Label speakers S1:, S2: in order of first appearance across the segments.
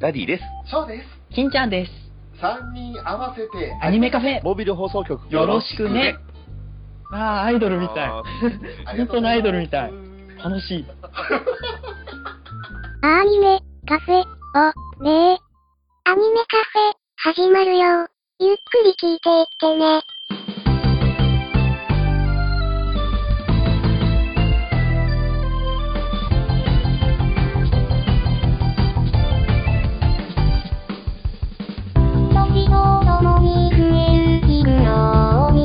S1: ダディです。
S2: そうです。
S3: 金ちゃんです。
S2: 3人合わせて、
S3: アニメカフェ、
S1: モビル放送局。
S3: よろしくね。。ああ、アイドルみたい
S1: あ。
S3: 本当のアイドルみたい。
S2: は
S3: 楽しい。
S4: アニメ、カフェ、を、ねえ。アニメカフェ、始まるよ。ゆっくり聞いていってね。時とともに増える日々のに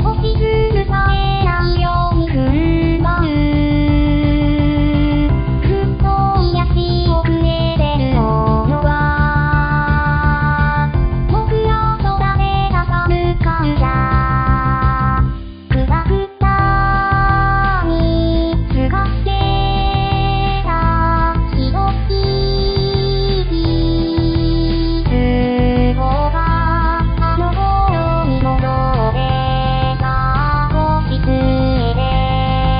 S4: 押しつぶされないように踏ん張るふっと癒し遅れてるものは僕ら空で挟む感謝くたくたに過ごしてたひとひつぼがあの頃に戻ってた星つえで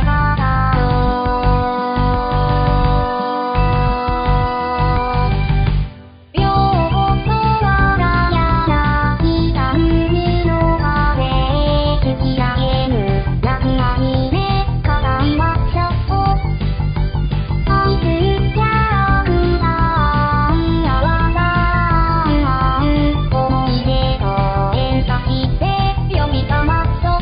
S4: ただろう両方が柳田海の風へ突き上げる泣く泣きで固まっちゃおう愛するキャラクター合わさない思い出と連鎖して呼び覚まっちゃおう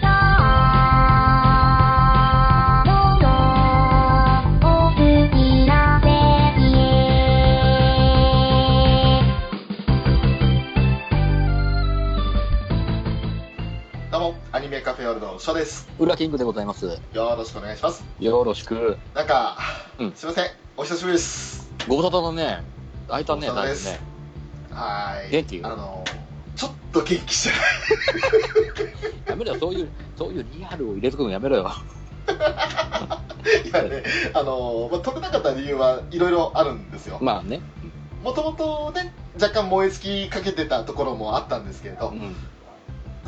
S4: さあどうぞお好きな席へ
S2: どうも、アニメカフェオールのショです。
S5: 裏キングでございます。
S2: よろしくお願いします。
S5: よろしく。
S2: なんか、
S5: うん
S2: すいません、お久しぶりです。
S5: ご無沙汰だね。空いたね、
S2: ご無沙汰
S5: だい
S2: で
S5: ぶ
S2: す
S5: ね。
S2: はーい。
S5: 元気
S2: あの、ちょっと元気してない。
S5: やめろよ、そういう、そういうリアルを入れてくのやめろよ。
S2: い やね、あの、まあ、撮れなかった理由はいろいろあるんですよ。
S5: まあね。
S2: もともとね、若干燃え尽きかけてたところもあったんですけれど
S5: う、ん。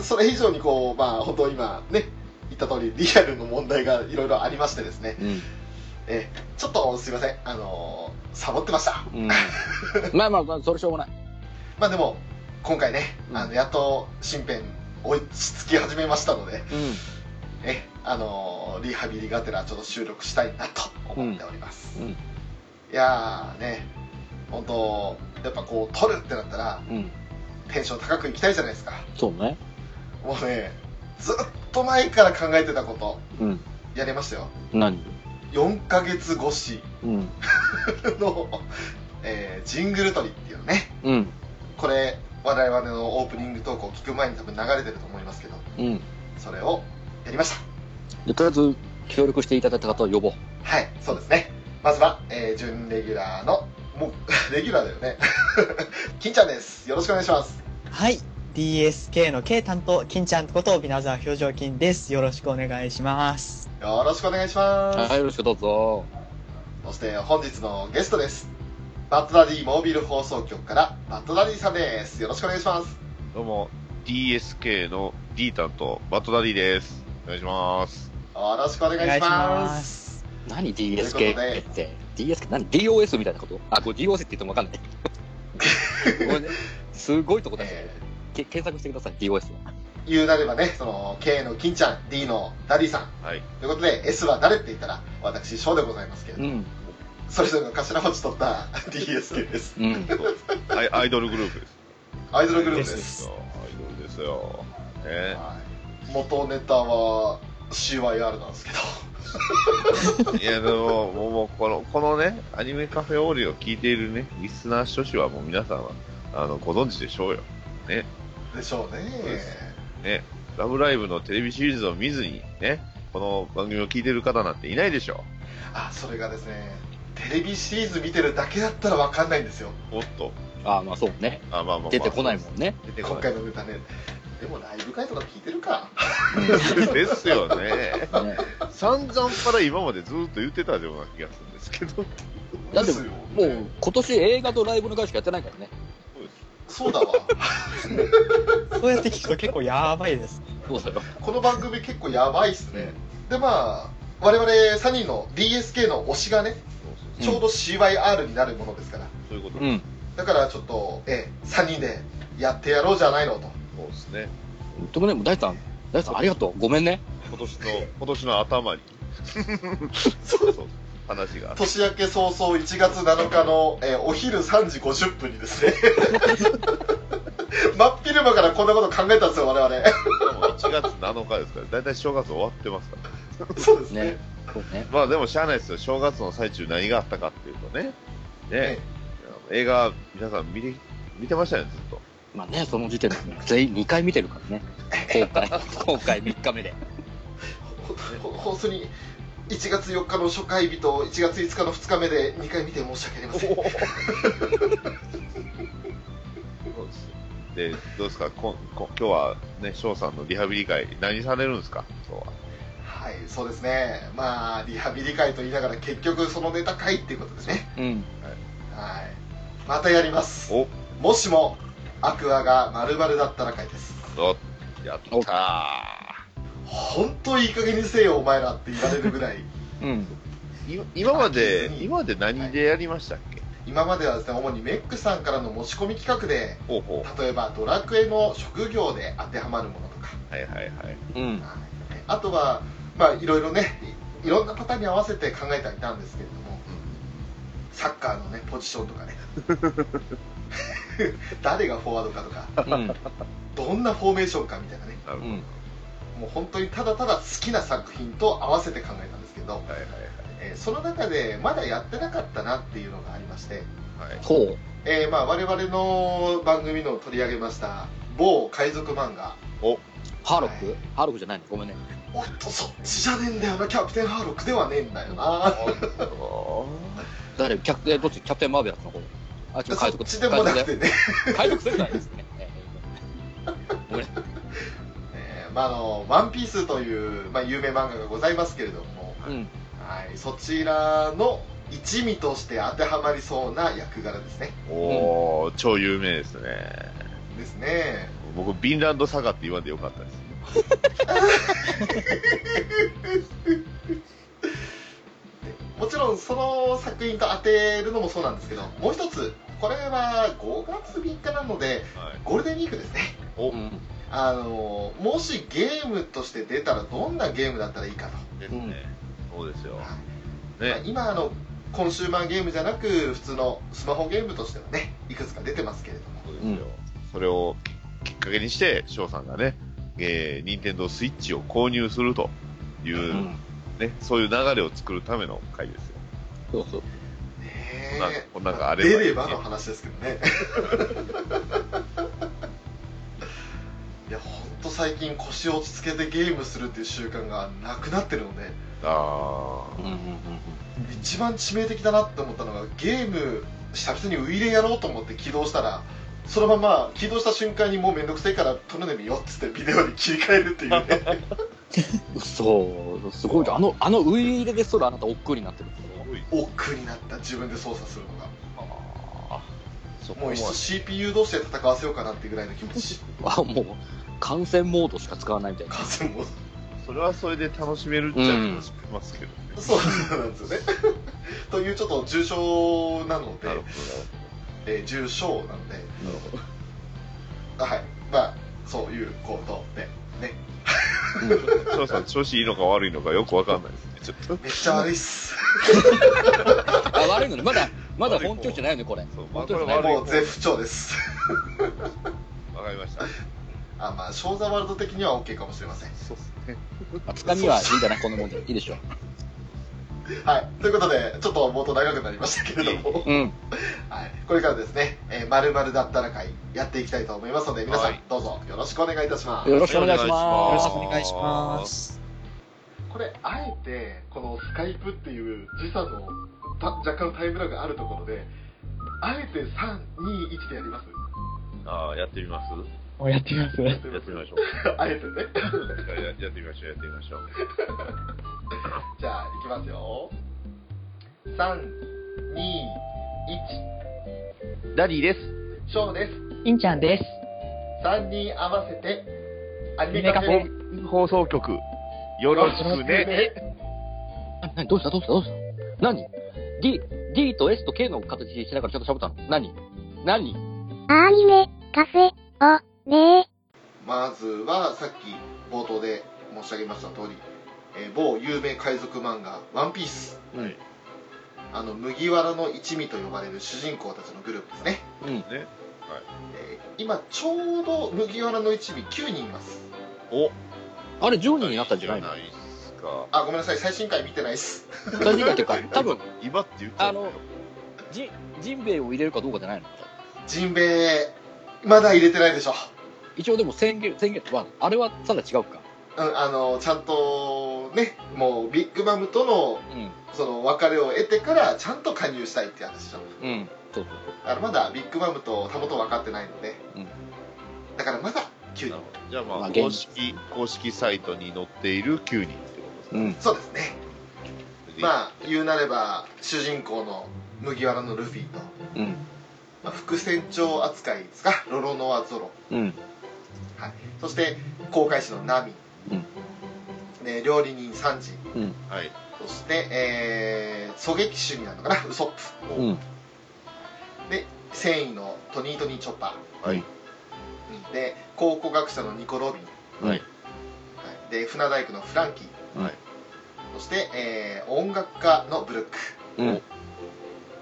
S2: それ以上にこう、まあ、本当今ね、言った通りリアルの問題がいろいろありましてですね、
S5: うん。
S2: えちょっとすいません、あのサボってました。
S5: うん。まあまあまあ、それしょうがない。
S2: まあでも、今回ね、
S5: うん
S2: あの、やっと新編追いつき始めましたので、え、あのリハビリがてらちょっと収録したいなと思っております。
S5: うんうん
S2: いやーね、本当やっぱこう、撮るってなったら、
S5: うん。うん。
S2: テンション高くいきたいじゃないですか。
S5: そうね。
S2: もうね、ずっと前から考えてたこと、
S5: うん。
S2: やりましたよ。
S5: 何
S2: 4ヶ月越し
S5: うん。
S2: の、えージングル取りっていうのね、
S5: うん。
S2: これ、我々のオープニングトークを聞く前に多分流れてると思いますけど、
S5: うん。
S2: それをやりました。
S5: で、とりあえず、協力していただいた方を呼ぼう。
S2: はい、そうですね。まずは、えー準レギュラーの、もう、 レギュラーだよね。金ちゃんです。よろしくお願いします。
S6: はい。DSK の K 担当、金ちゃんこと、ビナザー表情筋です。よろしくお願いします。
S2: よろしくお願いします。
S5: はい、よろしくどうぞ。
S2: そして、本日のゲストです。バッドダディモービル放送局から、バッドダディさんです。よろしくお願いします。
S7: どうも、DSK の D 担当、バトダディです。お願いします。
S2: よろしくお願いします。
S6: す。
S5: 何
S2: ということ
S5: DSK
S2: で
S5: って。DSK 何 ?DOS みたいなことあ、これ DOS って言ってもわかんない。ごめんね。すごいとこだね
S2: え。
S5: け検索してください、DOS は。
S2: ー言うなればね、その、K の金ちゃん、D のダディさん。
S7: はい。
S2: ということで、S は誰って言ったら、私、翔でございますけれど、
S5: うん。
S2: それぞれの頭文字取った DSK です。
S5: うん。
S7: アイアイドルグループです。
S2: アイドルグループで
S6: ですす。
S7: そうアイドルですよ。ね
S2: はい元ネタは CYR なんですけど
S7: いや、でも、もう、もうこの、このね、アニメカフェオールを聞いているね、リスナー諸子はもう皆さんは、あの、ご存知でしょうよ。
S2: でしょうね
S7: ですね。ラブライブのテレビシリーズを見ずに、ね、この番組を聞いている方なんていないでしょ
S2: あそれがですねテレビシリーズ見てるだけだったら分かんないんですよ
S7: う。おっと。
S5: ああ、まあそうね。
S7: あ、まあまあまあ。
S5: 出てこないもんね。
S7: 出てこ
S2: 今
S7: ない。
S2: 回のネタねでもライブ会とか聞いてるか
S7: ですよね。
S5: ね
S7: 散々から今までずっと言ってたような気がするんですけど。そう
S5: だって
S2: ですよ
S5: もう今年映画とライブの会しかやってないからね。
S7: です
S2: そうだわ
S6: そうやって聞くと結構やばいです。
S5: そうだよ。
S2: この番組結構やばいっすねでまあ我々3人の DSK の推しがね
S7: そうそう
S2: ちょうど CYR になるものですから、
S7: そういうこと
S5: うん。
S2: だからちょっと、ええ、3人でやってやろうじゃないのと。
S7: そうですね。
S5: 本当もね、もう大地さん、大地さんありがとう。ごめんね。
S7: 今年の、今年 の頭に。そうそう。話があって。
S2: 年明け早々1月7日の、えーお昼3時50分に ですね真っ昼間からこんなこと考えたんですよ我々
S7: 1月7日ですから、だいたい正月終わってますから。
S2: そうですね
S5: ね。そうね。
S7: まあでもしゃあないですよ。正月の最中何があったかっていうとね。ね
S2: え。
S7: 映画、皆さん見て、見てましたよね、ずっと。
S5: まあね、その時点で全員2回見てるからね。公開、公開3日目で。
S2: ほほ本当に1月4日の初回日と1月5日の2日目で2回見て申し訳ありません
S7: そうですよで、どうですか、ここ今日はね、翔さんのリハビリ会、何されるんですか、今日は。
S2: はいそうですねまあリハビリ会と言いながら結局そのネタ会っていうことですね
S5: うん。
S2: はいまたやります
S7: お
S2: もしもアクアが〇〇だったら会です
S7: おやったー
S2: 本当いい加減にせえよお前らって言われるぐ らい
S5: うん。
S7: 今今まで
S2: あ急、に
S7: 今まで何でやりましたっけ、
S2: 今まではですね主にメックさんからの持ち込み企画で
S7: ほうほ
S2: 例えばドラクエの職業で当てはまるものとか
S7: う。はいはいはい。
S5: うん。
S2: あとはまあいろいろねいいろんなパターンに合わせて考えてはいたんですけれどもサッカーのねポジションとかね 誰がフォワードかとか
S5: うん。
S2: どんなフォーメーションかみたいなね
S7: なるほ
S5: うん。
S2: もう本当にただただ好きな作品と合わせて考えたんですけど、
S7: ど。はいはい
S2: えーその中でまだやってなかったなっていうのがありまして
S7: はい。はい、
S5: ほう。
S2: えーまあ、我々の番組の取り上げました某海賊漫画
S5: ハーロックハーロックじゃないのごめんね。
S2: おっとそっちじゃねえんだよなキャプテンハーロックではねえんだよな
S5: 誰キャプテン、どっちキャプテンマーベラスの方あ、違う、
S2: そ
S5: 海
S2: っ
S5: 賊
S2: ちでもなくてね、
S5: 海賊戦隊ですね。え
S2: えーまあ、あの「ワンピースという、まあ、有名漫画がございますけれども、
S5: えうん。
S2: はい、そちらの一味として当てはまりそうな役柄ですね
S7: おー、超有名ですね。
S2: ですね
S7: 僕、ヴィンランドサガって言わんでよかったです。
S2: もちろんその作品と当てるのもそうなんですけどもう一つこれは5月3日なので
S7: はい。
S2: ゴールデンウィークですね
S7: お、
S5: うん。
S2: あのもしゲームとして出たらどんなゲームだったらいいかと、
S7: ですね。そうですよ。
S2: まあ
S7: ね。
S2: 今あのコンシューマーゲームじゃなく普通のスマホゲームとしてはねいくつか出てますけれども
S7: そうですよ。それをきっかけにして、翔さんがね、えー、任天堂スイッチを購入するという、
S5: うん。
S7: ね、そういう流れを作るための回ですよ。
S5: そうそう。
S2: ねえ
S7: こんなこんなのあれば
S2: 出ればの話ですけどねいやほんと最近腰を落ち着けてゲームするっていう習慣がなくなってるので
S7: あ
S5: うんうんうん
S2: 一番致命的だなって思ったのがゲーム久々にウイイレやろうと思って起動したらそのまま起動した瞬間にもうめんどくせえから撮るのみよっつってビデオに切り替えるっていうね
S5: うん。そう、すごい。あの、あのウイイレですらあなた億劫になってるんです
S7: あ。
S5: け
S7: すごい
S2: 億劫になった自分で操作するのが
S7: そ
S2: もういっそ CPU 同士で戦わせようかなってぐらいの気持 ち
S5: ど。あ、もう、感染モードしか使わないみたいな。
S2: 感染も
S7: それはそれで楽しめるっちゃ楽しめますけどね。
S2: そうなんですよね というちょっと重症なので
S7: なるほ、
S2: えー重症なので
S7: ど。なるほど。
S2: はいまあそういう行動でね
S7: 翔さん、調子いいのか悪いのかよくわかんないですね。ちょっと。
S2: めっちゃ悪いっす
S5: あ、悪いのに、まだ、まだ本拠地ないよね、これ。
S7: そう、ま
S5: 本
S7: あこれ
S5: 拠地ない。
S7: 悪い。
S2: もう絶不調です
S7: わかりました。
S2: あまあ、ショーザワールド的には OK かもしれません。
S7: そうっすね。
S5: つかみはいいんじゃないこのもんで。いいでしょ
S2: はい。ということで、ちょっと冒頭長くなりましたけれども、
S5: う。うん。
S2: はい。これからですね、えー、〇〇だったら会やっていきたいと思いますので、皆さ
S7: は
S2: ん
S7: い
S2: どうぞよろしくお願いいたします。
S5: よろしくお願いし
S6: よ
S5: ま
S6: ろ
S5: す
S6: し。くお願いします。
S2: これ、あえて、このスカイプっていう時差のた若干タイムラグあるところで、あえて3、2、1でやり ます。
S7: ああ、やってみます
S3: もうやってみます。
S2: やって
S7: や
S2: み
S7: ってみ
S2: ま
S7: ますしょう。
S2: あえてね。
S7: ややってみましょう、やってみましょう。
S2: じゃあ、いきますよ。3、2、
S7: ダディです。
S2: 1、ショーです。
S3: インちゃんです。
S2: 3人合わせて、アニメ
S3: メ
S2: カ
S3: カ
S2: フ
S3: フ
S2: ェ
S3: ェ。
S7: 放送局、よろしくね。
S5: 何どうしたどうしたどうした何 ?D、 D と S と K の形しながらちょっと喋ったの。何何
S4: アニメ、カフェ、お、ね
S2: まずはさっき冒頭で申し上げました通り、えー某有名海賊漫画「ワンピース
S7: はい。
S2: あの麦わらの一味と呼ばれる主人公たちのグループですね、
S5: うん。
S7: ね。
S2: えー今ちょうど麦わらの一味9人います
S7: お
S5: あれ10人になったんじゃないの
S7: いっすか。
S2: あごめんなさい最新回見てないっす
S5: 何がっていうか、多分、
S7: 今って言ったんだ
S5: あ
S7: よ
S5: のジジンベエを入れるかどうかじゃないの
S2: ジンベエまだ入れてないでしょ
S5: 一応でも宣言、宣言は、あれはただ違うか。
S2: うん、あのちゃんとねもうビッグマムとの
S5: うん。
S2: その別れを得てからちゃんと加入したいって話でしょ
S5: うん。そうそう
S2: あのまだビッグマムとたもと分かってないので、
S5: うん
S2: だからまだ9人
S7: じゃあまあ、
S5: まあ現実
S7: 公式、公式サイトに載っている9人ってことです
S5: そう。う
S7: ね。
S5: ん。
S2: そうですねまあ言うなれば主人公の麦わらのルフィと、
S5: うん。
S2: まあ、副船長扱いですかロロノア・ゾロ
S5: うん。
S2: そして航海士のナミ、ね、料理人サンジ
S7: あ、はい。
S2: そして、えー、狙撃手になるのかなウソップ
S5: うん。
S2: で繊維のトニートニーチョッパ
S7: はい。
S2: ーで考古学者のニコ・ロビン、
S5: は
S2: は
S5: い
S2: いで船大工のフランキー、
S5: はい
S2: そして、えー音楽家のブルック
S5: うん。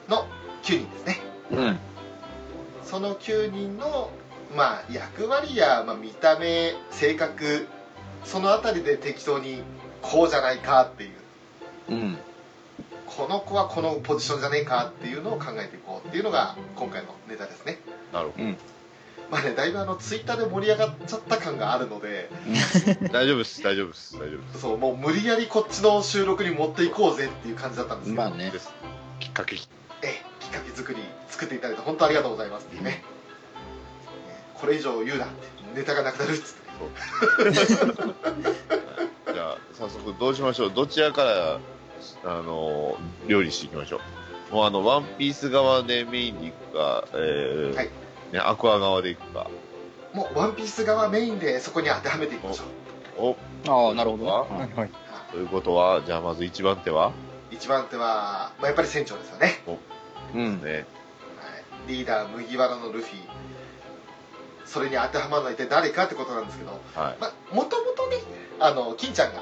S2: の9人ですね
S5: うん。
S2: その9人の、まあ、役割や、まあ、見た目性格そのあたりで適当にこうじゃないかっていう
S5: うん。
S2: この子はこのポジションじゃねえかっていうのを考えていこうっていうのが今回のネタですね
S7: なるほ
S2: まあねだいぶあのツイッターで盛り上がっちゃった感があるので
S7: ど。大丈夫です、大丈夫です、大丈夫です。
S2: そうもう無理やりこっちの収録に持っていこうぜっていう感じだったんですけど、
S5: まあね
S7: で。すきっか け、
S2: ええきっかけ作り作っていただいて本当ありがとうございますっていうね、これ以上言うなってネタがなくなるっつって
S7: じゃあ、早速どうしましょう。どちらから、あの、料理していきましょう。もうあの、ワンピース側でメインで行くか、えー、
S2: はい
S7: ね、アクア側で行くか。
S2: もうワンピース側メインでそこに当てはめていきましょう
S7: お、
S5: ああ、なるほどね。
S6: は
S5: はい
S6: はい。
S7: ということは、じゃあまず一番手は、
S2: 一番手は、まあ、やっぱり船長ですよね、
S5: いうん。
S7: ね、
S2: はい、リーダー麦わらのルフィそれに当てはまるのは一体誰かってことなんですけど
S7: はい。
S2: まあもともとねあの金ちゃんが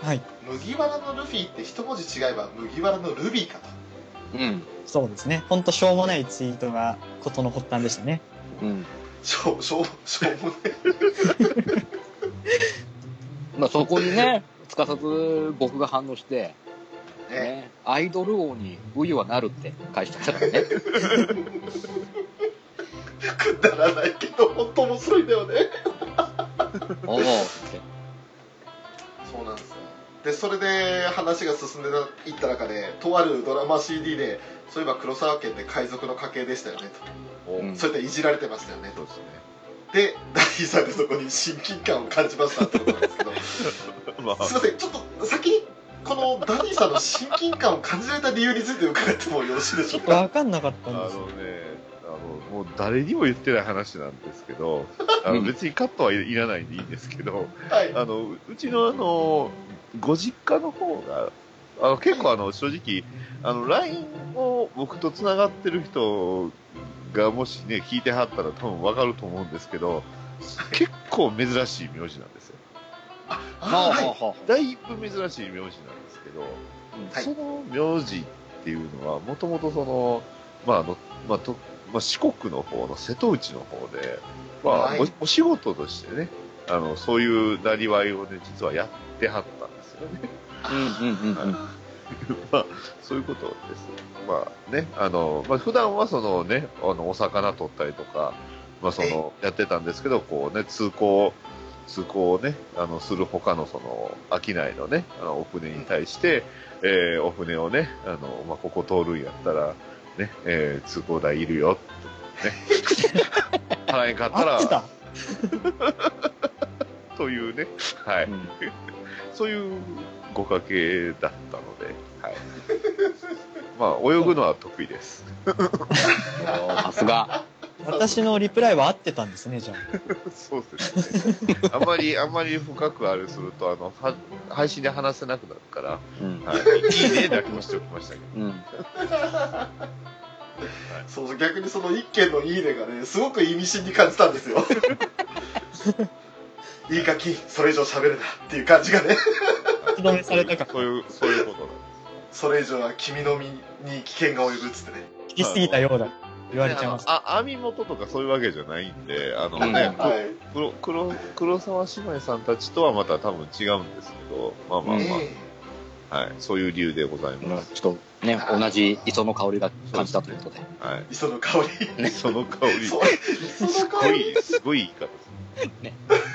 S6: はい。
S2: 麦わらのルフィって一文字違えば麦わらのルビーかと
S5: うん。
S6: そうですね。ほんとしょうもないツイートが事の発端でしたね。
S5: うん。
S2: しょうしょうしょうもね
S5: まあそこにね、つかさず僕が反応して、
S2: えね
S5: ね、アイドル王にウユはなるって返したから ね。
S2: くだら ないけど本当面白いんだよね
S5: おおって。
S2: そうなんですよでそれで話が進んでいった中でとあるドラマ CD でそういえば黒沢家って海賊の家系でしたよね
S7: お、
S5: うん
S2: とそれでいじられてましたよね
S7: そう
S2: と
S7: ですね。
S2: で第3作そこに親近感を感じましたってことなんですけ どす
S7: まあ
S2: いませんちょっと先にこのダディさんの親近感を感じられた理由について伺ってもよろしいでしょうか
S6: わかんなかった
S7: あ
S6: ん
S7: の
S6: です。
S7: ね、あの、もう誰にも言ってない話なんです けど、あの
S5: うん
S7: 別にカットはいらないんでいいんですけど、
S2: はい
S7: あの、ううちのあの、ご実家の方が、あの、結構あの、正直、あの、LINE を僕と繋がってる人がもしね、聞いてはったら多分わかると思うんですけど、結構珍しい名字なんですよ。
S5: はあ
S2: あはい
S5: はあは
S7: だいぶ珍しい名字なんですけど、
S5: あ
S2: はい
S7: その名字っていうのは、もともとその、まああのまあとまあ、四国の方の瀬戸内の方で、まあ
S2: はい
S7: お、お仕事としてね、あのそういうなりわいをね、実はやってはったんですよね。
S5: うんうんうんうん。
S7: まあ、そういうことです。まあね、あの、まあ、普段はそのね、あの、お魚取ったりとか、まあ、その、やってたんですけど、こうね、通行、通行をね、あの、する他のその、商いのね、あの、お船に対して、えーお船をね、あの、まあ、ここ通るんやったら、ね、えー通行代いるよ、ね。払えんかった
S6: 合ってた
S7: ら、というね、はい。
S5: うん
S7: そういうご家系だったので、はい。 まあ、泳ぐのは得意です。
S5: おーさすが。
S6: 私のリプライは合ってたんですね、じゃあ。
S7: そうですね。あんまり、あんまり深くあれすると、あの、は配信で話せなくなるから、
S5: うん。
S7: はい。いいねだけもしておきましたけど。
S5: うん。
S2: そうそう逆にその一件の「いいね」がねすごく意味深に感じたんですよいいか金それ以上喋るなっていう感じがね
S6: 口止めされたか
S7: そういう、そういうことなんで
S2: それ以上は君の身に危険が及ぶっつってね
S6: 聞きすぎたようだ。言われちゃいますす。
S7: ね。あのあ、網元とかそういうわけじゃないんで、あのね、
S2: は
S7: 黒黒黒沢姉妹さんたちとはまた多分違うんですけど、まあまあ
S2: い、
S7: ま
S2: ね
S7: あ、はい、そういう理由でござい
S5: まあ
S7: ます。
S5: ちょっとね、同じ磯の香りが感じたということで。
S7: はい。
S2: え磯の香り、
S7: その香り、す
S2: そ
S7: ご
S2: う磯の香り
S7: い、すごい言い方です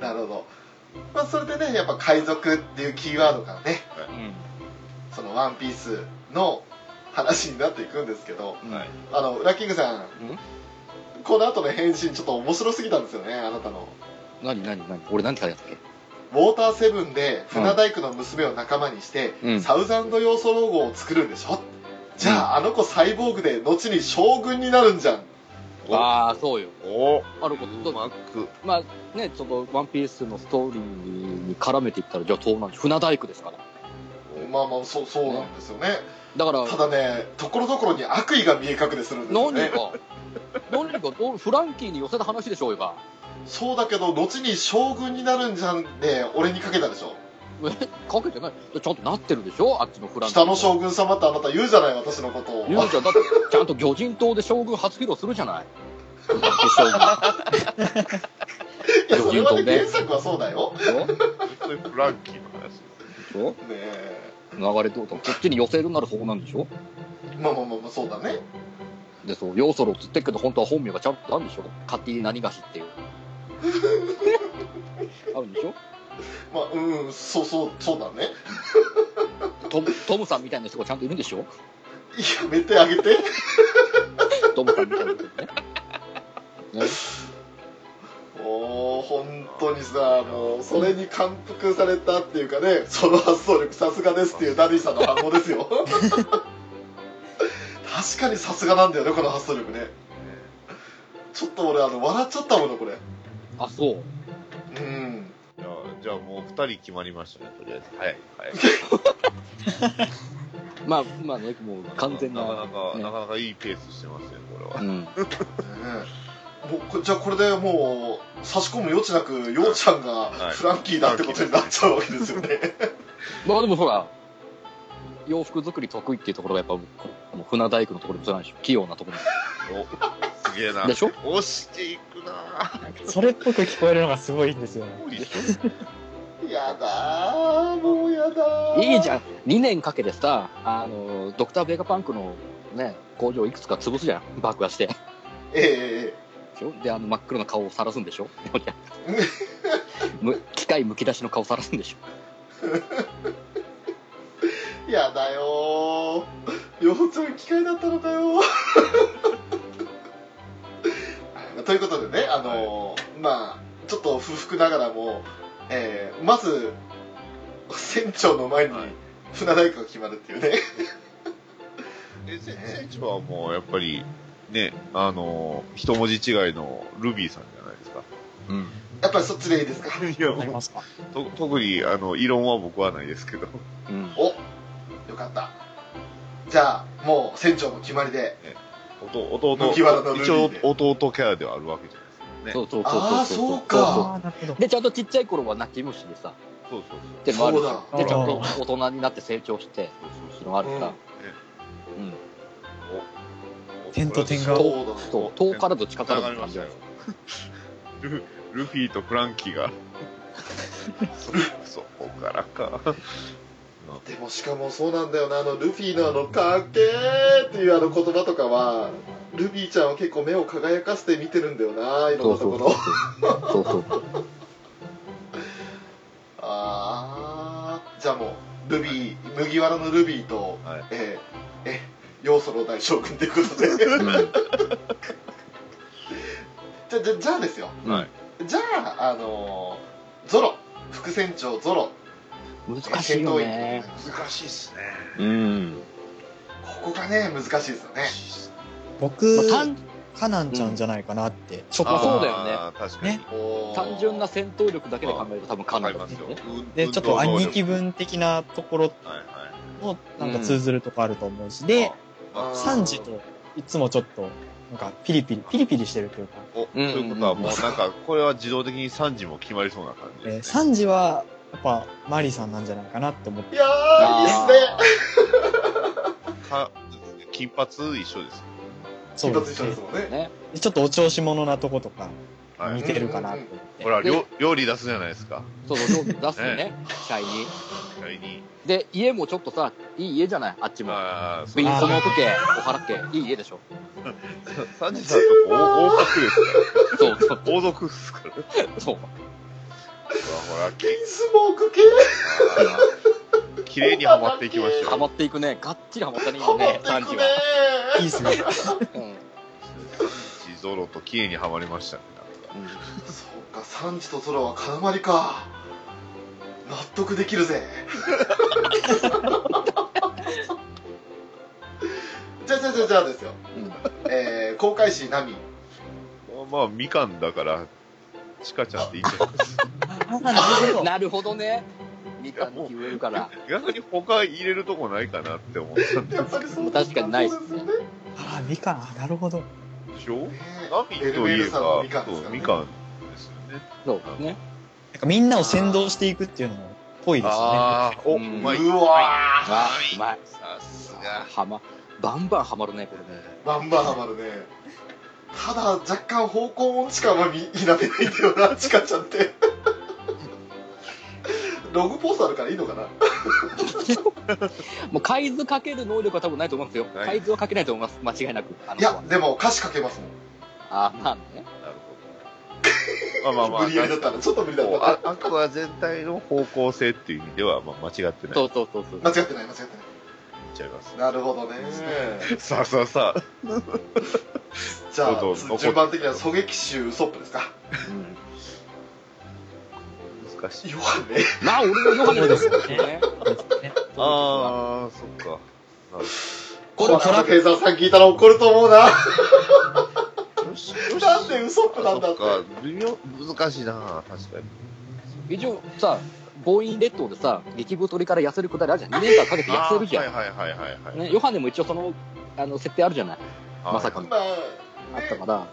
S2: なるほど、まあ、それでねやっぱ海賊っていうキーワードからねその「ワンピースの話になっていくんですけど
S5: うん。はい。
S2: あのラッキングさんこの後の返信ちょっと面白すぎたんですよねあなたの
S5: 何何何俺何て書いてあったっ
S2: ウォーターセブンで船大工の娘を仲間にして、
S5: けうん。
S2: サウザンド要素ロゴを作るんでしょじゃあ、あの子サイボーグで後に将軍になるんじゃん
S5: ああ、そうよ。
S7: お
S5: あること
S7: うまく。
S5: まあね、ちょっとワンピースのストーリーに絡めていったら、じゃあそうなんです船大工ですから。
S2: まあまあそうそうなんですよね
S5: だから、
S2: ただねところどころに悪意が見え隠れするんですよ
S5: 何
S2: ね
S5: か、何か、どうフランキーに寄せた話でしょうよが。
S2: そうだけど後に将軍になるんじゃんって俺にかけたでしょ
S5: えかけてないちゃんとなってるでしょあっちのフランキー
S2: 北の将軍様ってあなた言うじゃ ない私のことを
S5: ゆうちゃん、だって、ちゃんと魚人島で将軍初披露するじ ゃない。将軍
S2: いやそれはね
S5: 言うとね
S2: 原作はそうだよね
S7: それフランキーの話です。
S5: でしょ
S2: え
S5: 流れってことはこっちに寄せるならそこなんでしょ
S2: まあまあまあまあそうだね
S5: で、そう、要素をつってっけど、本当は本名がちゃんとあるんでしょカティ何がしっていう。あるんでしょ
S2: まあうんそうそうそうだね
S5: トムトムさんみたいな人がちゃんといるんでしょ
S2: やめてあげて
S5: トムさんみたいな人ね。ね
S2: おお本当にさあのそれに感服されたっていうかねその発想力さすがですっていうダディさんの反応です よ確かにさすがなんだよねこの発想力ねちょっと俺あの笑っちゃったものこれ
S5: あ、そう。
S2: うん
S7: じゃあ、じゃあもう二人決まりましたね、とりあえず。はい。はい。
S5: まあ、今ね、もう完全な。
S7: なかなか、
S5: ね
S7: なかなかいいペースしてますね、これは。
S5: うん。
S2: ねえもうこじゃあこれでもう差し込む余地なくようちゃんが
S7: はい
S2: フランキーだってことになっちゃうわけですよ ね
S5: まあでもほら、洋服作り得意っていうところがやっぱもう、もう船大工のところでもそうなんでしょ。器用なところ
S7: おすげえな。
S5: でしょ
S7: 押していくなぁ。
S6: それっぽく聞こえるのがすごいんですよね。
S7: 無理でし
S2: やだーもうやだー
S5: いいじ
S2: ん
S5: ゃん。2年かけてさ、あの、ドクターベガパンクのね、工場いくつか潰すじゃん。爆破して。で
S2: え
S5: しょで、あの真っ黒な顔を晒すんでしょ む機械むき出しの顔を晒すんでしょ
S2: えええやだよーようちゃん機械だったのかよ ーということでねあのーまあちょっと不服ながらも、えーまず船長の前に
S7: ょ。はい。
S2: 船大工が決まるっていうね
S7: え、せ船長はもう、やっぱり、ね、あのー、一文字違いのルビーさんじゃないですか。
S5: うん。
S2: やっぱりそっちでいいですか
S7: いや、
S6: わかり
S7: も
S6: ますか
S7: うと特に、あの、異論は僕はないですけど。
S5: うん。
S2: およかったじゃあもう船長も決まりで
S7: 弟、弟
S2: 麦わらのルビ
S7: 一応
S2: ーで
S7: 弟キャラではあるわけじゃないですか。ね。
S5: そうそうそうそう
S2: あーそうか
S6: ああ、なるほど。
S5: で、ちゃんとちっちゃい頃は泣き虫でさ、
S7: そうそう
S5: ってのもあるし
S2: そう
S6: だ
S5: で、ちゃんと大人になって成長して、
S7: そう。そう
S5: って
S7: そ
S5: いううのがあるから。うん。
S7: そう。
S6: 点と点が
S2: そうだ
S5: そう、遠からず近からず
S7: りましたよ。ルルフィとフランキーが。そ、そこからか。
S2: でもしかもそうなんだよなあのルフィのあの「かっけー」っていうあの言葉とかはルビーちゃんは結構目を輝かせて見てるんだよな今
S5: そ
S2: のと
S5: うそ
S2: こ
S5: う
S2: ろ
S5: そう。そうそう。
S2: ああじゃあもうルビー麦わらのルビーと、
S7: はい
S2: えーえ要素の大将軍ということでじゃじゃじゃあですよ
S5: うん
S7: はい
S2: じゃああのーゾロ副船長ゾロ
S5: 難しいよね。
S7: 難しいっす
S5: う
S7: ね。
S5: ん。
S2: ここがね難しいですよね
S7: 難しいっすね
S6: 僕、
S5: まあ単
S6: カナンちゃんじゃないかなって、ちょっ
S5: まあそう
S6: と。
S5: だよね
S7: あー確かに。
S6: ね
S2: おー
S5: 単純な戦闘力だけで考えると多分か
S7: わ
S5: な
S7: か
S5: り
S7: りますよ。
S6: で、ちょっと兄貴
S7: 分。
S6: 分的なところ
S7: はいはい。
S6: も、なんか通ずるとこあると思うし、で、
S7: あ
S2: ー
S6: サンジといつもちょっと、なんかピリピリ、ピリピリしてるというか、
S7: お、ということはもうなんか、これは自動的に3時も決まりそうな感
S6: え
S7: じ
S6: ー
S7: です
S6: サ
S7: ね。
S6: ンジは、やっぱ、マリさんなんじゃないかなって思って
S2: い。やーいいっすね
S7: か金髪一緒です。
S6: そ
S2: 金
S6: う
S2: 髪
S6: で
S2: 一
S6: す
S2: 緒
S6: ね
S2: ですもんね
S5: ね。
S6: でちょっとお調子者なとことか、
S7: は
S6: 似
S7: い。
S6: てるかなって思
S7: ほ
S6: って。
S7: ら、料料理出すじゃないですか。
S5: そうそう、そう出すよね。シャイに。
S7: 第二
S5: で、家もちょっとさ、いい家じゃないあっちも。
S7: ああ、そ
S5: ビ
S7: う
S5: ン
S6: あー
S5: コモク家、小原家、いい家でしょ。
S7: サンジさんとこ王王国ですか
S5: そうそう、
S7: ら。王族ですから。ほら
S5: そう。
S7: ほら、
S2: 金スモーク系
S7: あー綺麗にはまっていきまし
S5: ハ
S7: ょ
S5: マっていくね。がっちりハマったね、
S2: ハマ
S5: 今
S2: っ
S5: ね
S2: て、
S5: サン
S2: い
S5: ジ
S2: く
S5: は
S2: ね。
S6: いいっすね。
S5: うん
S7: う。地ゾロと綺麗にはまりましたね。
S5: うん
S2: そうかサンジと空は絡まりか納得できる ぜじゃあじゃあじゃあじゃあですよ、
S5: うん
S2: えー、航海士ナミ
S7: まあ、みかんだから、チカちゃんっていいんじゃないですか。
S6: あなるほど。
S5: なるほどね。みかんの木植えるから。
S7: 逆に他入れるとこないかなって思ったんで
S2: やっぱりそう
S5: 確かにないっす
S2: そうですよね
S6: あ、みかん、あなるほど。
S7: しょ
S2: ねえ
S7: ナミ
S2: エル
S7: と
S2: メー
S7: い
S2: ル
S7: え
S2: さんの
S7: ば
S2: みかんですか
S7: そう
S2: ら
S7: み
S2: ね
S7: かんですよね。
S5: そうね。
S6: なんかみんなを先導していくっていうのも、ぽいですよね。
S7: ああ、お、う
S5: うん
S7: まい。
S2: うわー
S5: あうまい。
S7: さすが。
S5: はま、バンバンはまるね、これね。
S2: バンバンハマるねただ若干方向音痴かは見否めないんだよなチカちゃんってログポストあるからいいのかな
S5: もう、海図かける能力は多分ないと思うんですよ。
S7: ない
S5: 海図はかけないと思います。間違いなく。あの
S2: いやでも歌詞書けますもん
S5: あ、まあね。
S7: なるほど。まあまあまあ。
S2: 無理やりだったらちょっと無理だっ
S7: こう
S2: た
S7: ああとは全体の方向性っていう意味では、まあ、間違ってない
S5: そ
S7: っ
S5: うそうそうそう。
S2: な間違ってない間違って
S7: ちゃいます。
S2: ないなるほどね
S7: さあさあさあ。
S2: じゃあ
S7: どうぞ
S2: 順番的には狙撃手ウソップですか
S5: うん
S7: 難しい。
S2: 弱いね
S5: まあ、俺もヨハネですよね。
S7: ああ、そっか。なる
S2: これはトラフェザーさん聞いたら怒ると思うな
S7: ほどよしよし
S2: なんでウソップなんだって
S7: あそっか微妙、難しいな、確かに。
S5: 一応さ、暴飲列島でさ、激太りから痩せるくだりあるじゃん。2年間かけて痩せるじ
S7: あ
S5: ゃ
S7: ーはいはいはいはいはい。
S5: ん。ね、ヨハネも一応その、あの、設定あるじゃない。
S7: はい
S5: まさかの
S2: まあ
S5: あったから、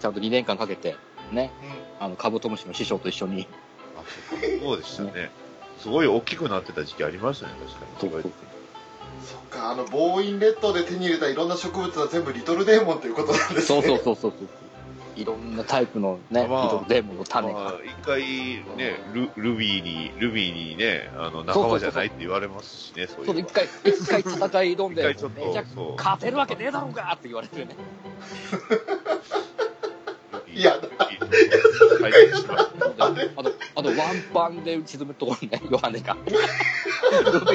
S5: ちゃんと2年間かけて、ね、あの、カブトムシの師匠と一緒に、
S7: あそっかそうでしたね。すごい大きくなってた時期ありましたね、確かに。
S2: そっかあの暴飲列島で手に入れたいろんな植物は全部リトルデーモンということなんですね
S5: そうそうそうそうそう。いろんなタイプのね、
S7: まあ
S5: いろんなデーモンの種
S7: ま
S5: が
S7: あ。一回ね、ルルビーに、ルビーにね、あの、仲間じゃないって言われますしね、そうい
S5: そう
S7: う。
S5: 一回、一回戦い挑ん
S7: 一
S5: で、
S7: 回ちょっ
S5: めちゃ
S7: と
S5: く、
S7: そう。
S5: 勝てるわけねえだろうがって言われてね。
S2: いや
S7: ルビーはい失礼しました
S5: あと、あとワンパンで沈むところね、ヨハネが。ル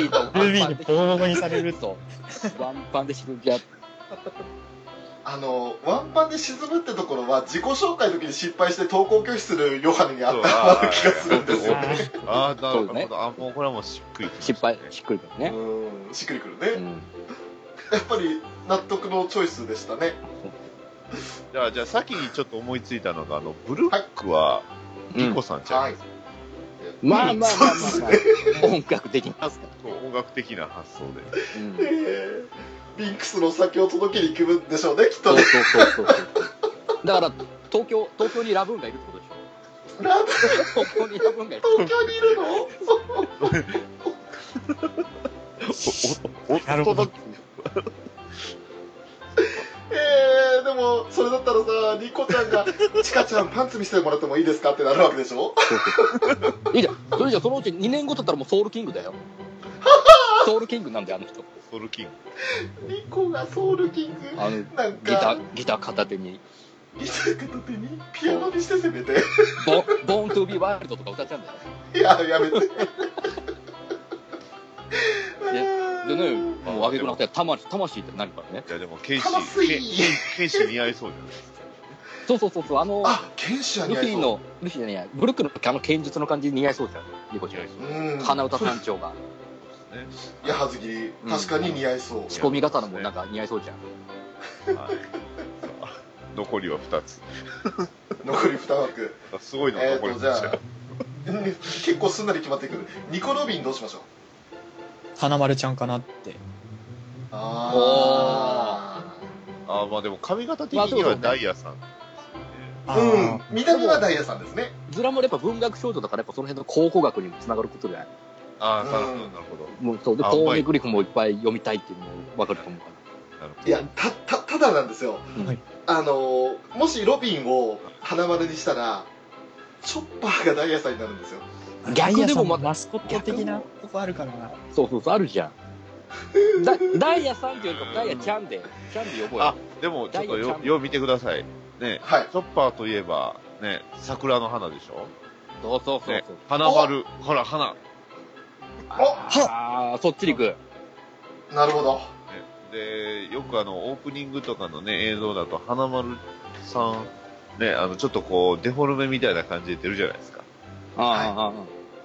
S5: ビーとワンパンで。
S6: ルビーにボコボコにされる
S5: と。ワンパンで沈んじゃう。
S2: あのワンパンで沈むってところは自己紹介の時に失敗して投稿拒否するヨハネにあったような気がするんですよ
S6: あー
S7: あー、なる
S5: そう
S7: ほ
S5: ね
S7: ど。あ、もうこれはもうしっくりきました
S5: 失敗、しっくりくるね。
S2: うんしっくりくるね、
S5: う
S2: や
S5: ん。
S2: っぱり納得のチョイスでしたね
S7: じゃあ、じゃあ、先にちょっと思いついたのが、あの、ブルックは、
S5: う
S7: リ
S5: ん
S7: コさんじゃな
S2: はいい
S5: まあまあまあ
S2: そうっす
S5: まあ
S2: ね
S5: まあ、 音楽できますか
S7: こう音楽的な発想で。
S5: ら。うん。
S2: えービンクスの酒を届けに行くんでしょうねきっと
S5: そう
S2: ね
S5: そうそうそう。だから、東京、東京にラブーンがいるってことでし
S2: なんで
S5: ょ。東京にラブーンがいる。
S2: 東京にいるの
S7: お、お、お、
S6: なるほど
S7: お届
S2: えー、でもそれだったらさリコちゃんが「チカちゃんパンツ見せてもらってもいいですか?」ってなるわけでしょ
S5: いいじゃん。それじゃそのうち2年後だったらもうソウルキングだよ。ソウルキングなんだよ、あの人。
S7: けソルキング。
S2: リコがソウルキング
S5: あの、ギ
S2: なんか
S5: ター、ギター片手に、
S2: ギター片手にピアノにして攻めて
S5: ボボーントゥービーワールドとか歌っちゃうんだよ。
S2: いややめて
S5: でね、もうあげくな
S7: も
S5: ったら魂、魂ってなるからね。
S7: いや、でも、ケンシ
S2: 悲し、
S7: ケン
S2: い
S7: ケンシ似合いそうじゃない
S5: そうそうそうそう、あの、
S2: あ剣士は
S5: ル
S2: 似
S5: フ
S2: 合い
S5: ィ
S2: そ
S5: の、ルフィじゃない、ブルックのあの剣術の感じ似合いそうじゃん。リコちゃん。
S2: ううん
S5: 花歌山頂が、
S7: ですね。
S2: 矢はず切り確かに似合いそう
S5: 仕込み型のもなんか似合いそうじゃん。
S7: はいさあ残りは2つ。
S2: 残り2枠
S7: あすごいの
S2: えっ、
S7: 残り
S2: と
S7: まし
S2: じゃ
S7: た
S2: あ結構すんなり決まってくるニコ・ロビンどうしましょう
S6: 花丸ちゃんかなって。
S2: あ
S7: あーまあでも髪型的にはダイヤさん。
S2: あ
S6: あー
S2: うん見た目はダイヤさんですね
S5: ズラもやっぱ文学少女だからやっぱその辺の考古学にもつながることじゃない
S7: ああ、
S2: うん
S7: なるほど、なるほど。
S5: もうそうで
S7: あ
S5: コーネグリフもいっぱい読みたいっていうのも分かると思うから
S7: なるほど
S2: いやたたただなんですよ、
S5: はい
S2: あのーもしロビンを花丸にしたらチョッパーがダイヤさんになるんですよ
S6: ダイ
S5: 逆
S6: ヤ
S5: で
S6: さ
S5: も
S6: ん
S5: ま
S6: も
S5: た
S6: マスコット的なとこあるからな。
S5: そうそうそうあるじゃ んだダイヤさんっていうかダイヤちゃんでちゃんで呼ぼう
S7: あ
S5: よ
S7: でもちょっと
S5: ダイヤちゃ
S7: よ
S5: ん
S7: よう見てください。ね、
S2: はい
S7: チョッパーといえば、ね、桜の花でしょ、
S5: そうそうそう
S7: ね
S5: そう、
S7: 花丸、ほら、花、ね、
S5: ああそっちに行く
S2: なるほど
S7: で、よくあのオープニングとかの、ね、映像だと、花丸さん、ね、あのちょっとこう、デフォルメみたいな感じで出るじゃないですか。
S5: ああああああ
S7: ほ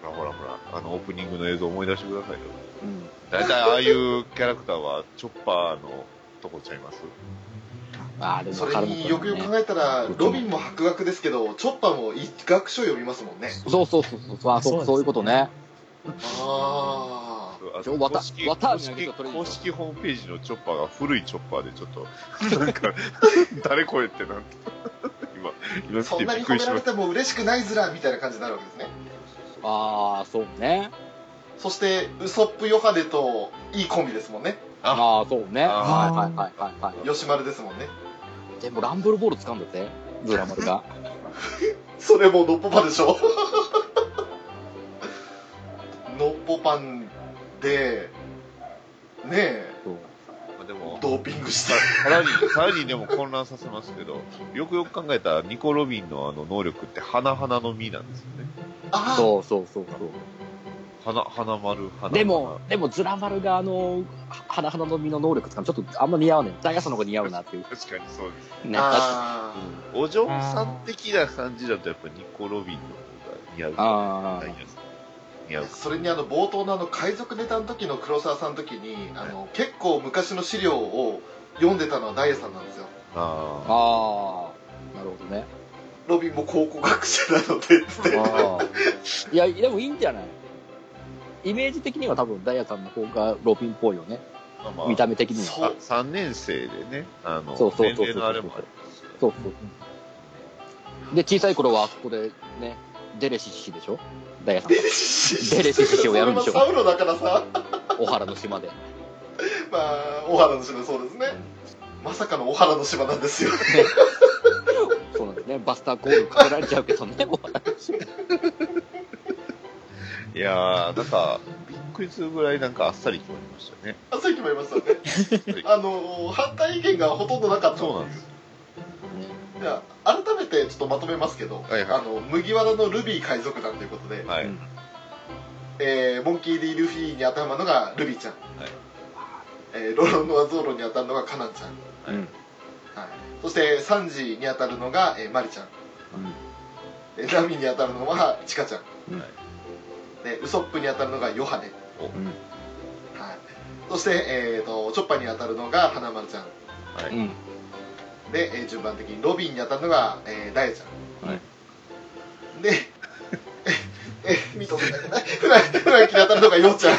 S7: らほらほら、あのオープニングの映像思い出してくださいよ。
S5: うん
S7: 大体ああいうキャラクターは、チョッパーのとこちゃいます
S5: ああでも
S2: そ
S5: 分
S2: れ
S5: かるもん
S2: によくよく考えたらロビンも博学ですけどチョッパーも一学書読みますもんね
S5: そうそうそうそうあそうそういうことね
S2: あ
S7: あの
S5: ちょわた
S7: 公式
S5: わたあ
S7: 公
S5: めあげ
S7: 式
S5: てくれる
S7: 公式ホームページのチョッパーが古いチョッパーでちょっと、なんか、誰これってなんか、今、今
S2: あそん
S7: 見て
S2: な
S7: びっ
S2: に
S7: く
S2: 褒め
S7: りし
S2: ら
S7: ま
S2: れ
S7: した。
S2: ても嬉しくないずらみたいな感じになるわけですね
S5: ああそうね
S2: そしてウソップ・ヨハネといいコンビですもんね
S5: ああそうねは
S7: あ
S5: い
S6: ー
S5: はいはいはいはい
S2: 吉丸ですもんね
S5: でもランブルボール掴んだぜ、ズラマル が。
S2: それもノッポパンでしょ ノッポパンでねえ
S7: まあでも、
S2: ドーピングして
S7: さらに、さらにでも混乱させますけど、よくよく考えたらニコ・ロビンのあの能力って、花々の実なんですよね。
S2: あ
S5: そうそうそうそう。
S7: 花、花丸、花々
S5: でも、でもズラマルがあの、はなはなの実の能力掴む、ちょっとあんま似合わねえ。ダイヤさんの方が似合うなっていう。
S7: 確かにそうです。
S5: ね、
S2: あ
S5: あ
S7: お嬢さん的な感じだと、やっぱニコ・ロビンの方が似合う。
S5: あ
S7: ダイヤ
S5: ー、
S7: さん似合う
S2: ー。それにあの冒頭のあの海賊ネタの時の黒沢さんの時にあの結構昔の資料を読んでたのはダイヤさんなんですよ
S7: ああ。
S5: あー、なるほどね。
S2: ロビンも考古学者なのでつって
S5: あーいや、でもいいんじゃないイメージ的には多分ダイヤさんの方がロビンっぽいよね。
S7: まあまあ
S5: 見た目的には。
S2: そ
S7: あ
S2: う
S7: 3年生でね、あの、
S5: そうそうそうそう
S7: 年齢のあれもありますよね
S5: そうそうそう。で、小さい頃はあそこでね、デレシシでしょダイヤさん が。
S2: デ
S5: レシシをやるんでし
S2: そ
S5: ょ
S2: れはサウロだからさ
S5: お原の島で。
S2: まあお原の島そうですねまさかのお原の島なんですよ
S5: そうなんですね。バスターコールかけられちゃうけどね。お笑
S7: いやー、なんか、びっくりするぐらいなんかあっさり決まりましたね。
S2: あさっきも言いましたねあの反対意見がほとんどなかった
S7: そうなんです。
S5: いね
S2: じゃあ改めてちょっとまとめますけど、
S7: はいはい
S2: あの麦わらのルビー海賊団ということで、
S7: はい。
S5: うん
S2: えーモンキー・ディ・ルフィに当てはまるのがルビーちゃん、
S7: い
S2: えーロロノア・ゾーロに当たるのがカナンちゃん、
S5: うん
S2: はい、そしてサンジに当たるのが、えーマリちゃんえーラミに当たるのはチカちゃん、
S5: うん
S2: でウソップに当たるのがヨハネ、
S7: お
S5: ん
S2: はい、そして、えー、とチョッパーに当たるのが花丸ちゃん
S5: うんうん
S2: で、えー順番的にロビンに当たるのが、えーダイヤちゃん、
S5: はい
S2: でええ見とけないフライフライキに当たるのがヨウちゃんで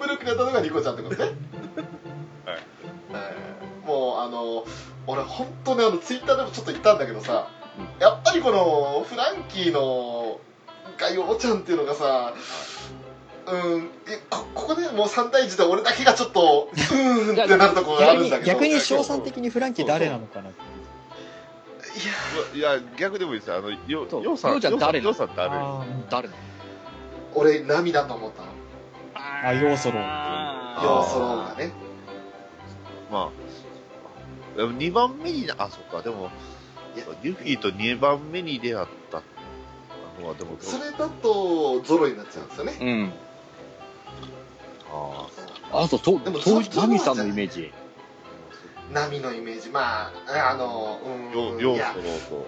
S2: ブルックに当たるのがリコちゃんってことね
S7: はい
S2: はいもうあの俺本当ねあのツイッターでもちょっと言ったんだけどさやっぱりこのフランキーのがヨウちゃんっていうのがさうん、えこここでもう3対1で俺だけがちょっとうーんってなるところがあ
S6: 逆
S2: るんだ
S6: に、
S2: けど
S6: 逆に賞賛的にフランキー誰なのかな。
S2: いや
S7: いや、逆でもいいですよ。あの、よ、
S5: そう
S7: ようさん、
S5: ようちゃん誰
S7: ようさん誰
S6: あ
S5: 誰の
S2: 俺涙と思ったの
S6: あ、要素論。
S5: あ
S2: 要素論がね
S7: まあ、でも2番目に、あ、そっか、でも
S2: いや、
S7: リュフィと2番目に出会ったのは、でも、
S2: それだとゾロになっちゃうんですよね
S5: うん。
S7: あ
S5: あと、そう、
S2: でも
S5: そう
S2: そ、う
S5: ナミさんのイメージ。
S2: 波のイメージまああのう
S7: あ、
S2: ん
S7: よう、よう
S2: い
S7: そ
S2: や
S7: ろうと。はい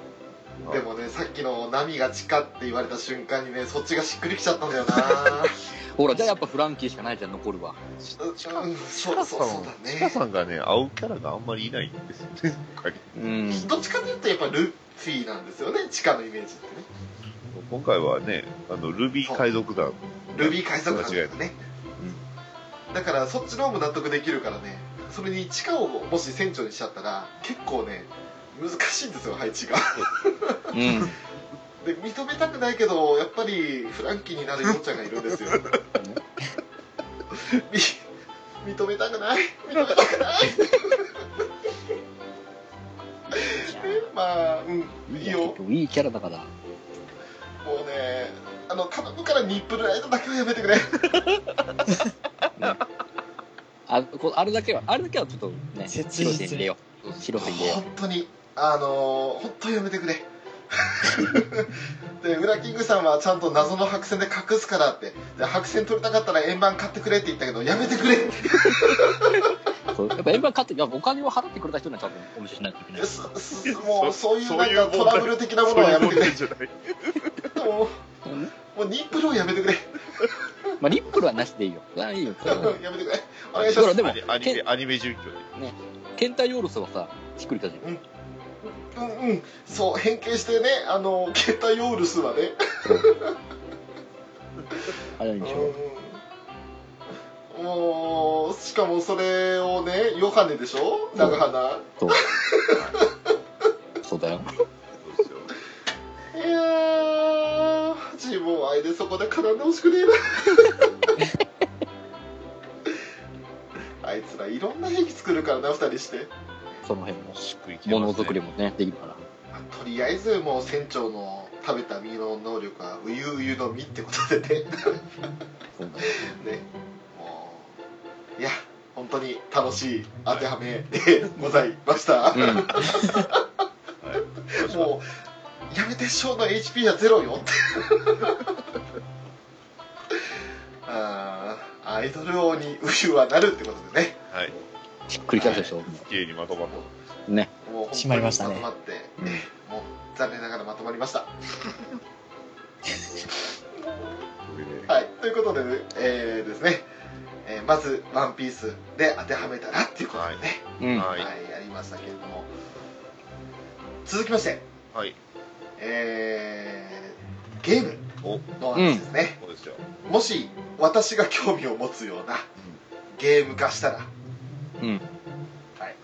S2: でもねさっきの「波が地下」って言われた瞬間にねそっちがしっくりきちゃったんだよな
S5: ほら、じゃあやっぱフランキーしかないじゃん、残るわ。
S2: うんそうそう
S7: チカさ
S2: そ
S7: ん
S2: うだ
S7: チカ
S2: ね
S7: さんがね、合うキャラがあんまりいないんですよね、他に
S5: うん。
S2: どっちかというとやっぱルフィなんですよね地下のイメージってね
S7: 今回はね、あの、ルビー海賊団。
S2: ルビー海賊団
S7: 間違
S2: だねだからそっちの方も納得できるからねそれに地下をもし船長にしちゃったら結構ね難しいんですよ配置が
S5: うん。
S2: で認めたくないけどやっぱりフランキーになるヨウちゃんがいるんですよ み認めたくない認めたくないまあうんいいよ
S5: 結局いいキャラだから。
S2: もうねあの頼むからニップルライトだけはやめてくれ
S5: あこあれだけは、あれだけはちょっとね、
S6: 切実
S5: 広瀬に入れよう。広瀬に入れよ
S2: 本当にあのー本当にやめてくれでウラキングさんはちゃんと謎の白線で隠すからってで白線取りたかったら円盤買ってくれって言ったけどやめてくれって
S5: うそう。やっぱ円盤買って、いやお金を払ってくれた人には多分お見せしないといけない。
S2: すすもうそういう
S7: そう
S2: なん
S7: いう
S2: か
S7: 問題
S2: トラブル的なものはやめてくれ
S7: じゃない。
S2: も
S5: うん
S2: うもうニップルをやめてくれ
S5: まあ、リップルはなしでいいよ。あいいよ。
S2: やめてくれお願いします
S5: ほらでも
S7: アニアニメ、アニメ準拠で。
S5: 検体要素はさ、ひっくり返せる。
S2: うんうんそう変形してねあのケタヨウルスはね
S5: あれにしよう。
S2: うんもうしかもそれをねヨハネでしょ長花
S5: そう。 そうだよ。
S7: そうですよ。
S2: いやー自分愛でそこで絡んでほしくねえな あいつらいろんな兵器作るからな2人して
S5: その辺も。
S7: 低いキャラ
S5: ものづくりもね、できるから。
S2: とりあえずもう船長の食べた身の能力はうゆうゆの身ってことでね
S5: そうだよ
S2: ねもういや本当に楽しい当てはめでございました、
S5: うん。
S7: ですね。
S2: もうやめてショーの HP はゼロよって あーアイドル王にウヒュはなるってことでね
S7: はい。
S5: ひっくり返すでしょ。
S7: 綺麗にまとまった。
S5: ね。
S2: もう本当に
S6: 締まりました
S2: ま
S6: ね
S2: とまって、ええもう残念ながらまとまりました
S7: これで
S2: はいということで、えーですね、えーまず「ワンピースで当てはめたらっていうことでね、
S5: うん。
S7: は
S2: はい
S7: い。
S2: やりましたけれども続きまして
S7: はい。
S2: えーゲーム
S7: お、
S2: の話ですね、
S7: そうですよ。
S2: もし私が興味を持つようなゲーム化したら、
S5: うん
S2: はい、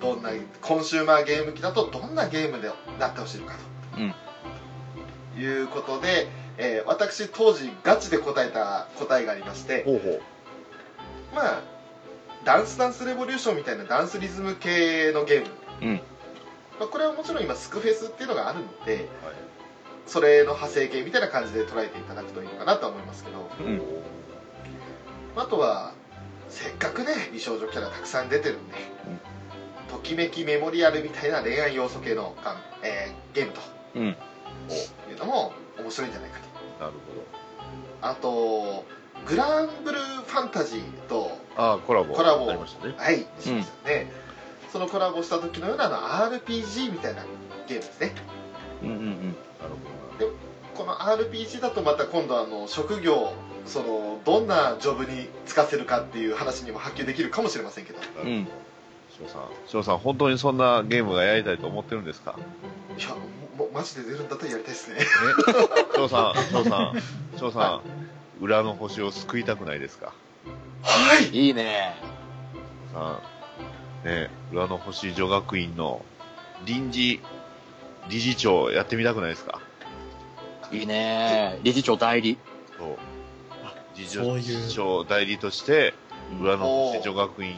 S2: どんなコンシューマーゲーム機だとどんなゲームでなってほしいのかと、いうことで、えー私当時ガチで答えた答えがありまして
S7: ほうほう。
S2: まあダンスダンスレボリューションみたいなダンスリズム系のゲーム、
S5: うん
S2: まあ、これはもちろん今スクフェスっていうのがあるので
S7: はい。
S2: それの派生系みたいな感じで捉えていただくといいのかなとは思いますけど、
S5: うん。
S2: あとはせっかくね美少女キャラたくさん出てるんで、ときめきメモリアルみたいな恋愛要素系の画面、えーゲームと
S5: うん。
S2: いうのも面白いんじゃないかと
S7: なるほ
S2: あとグランブルーファンタジーと
S7: ど。ああ、コラボ。
S2: コラボ
S7: ありましたね。
S2: はいしましたね、そのコラボした時のようなあの RPG みたいなゲームですね
S5: うんうん
S7: なる
S2: この RPG だとまた今度あの職業そのどんなジョブに就かせるかっていう話にも波及できるかもしれませんけど
S7: ほど。
S5: う
S7: なる
S5: ん。
S7: ほど。翔さん、翔さん、本当にそんなゲームがやりたいと思ってるんですか
S2: いやもうマジで出るんだったらやりたいですね
S7: 翔さん、翔さ ん、翔さん、裏の星を救いたくないですか
S2: はい
S5: いいね。
S7: さん、ね、裏の星女学院の臨時理事長やってみたくないですか
S5: いいね。理事長代理。
S7: そう。理事
S6: そういう
S7: 理事長代理として、裏の星女学院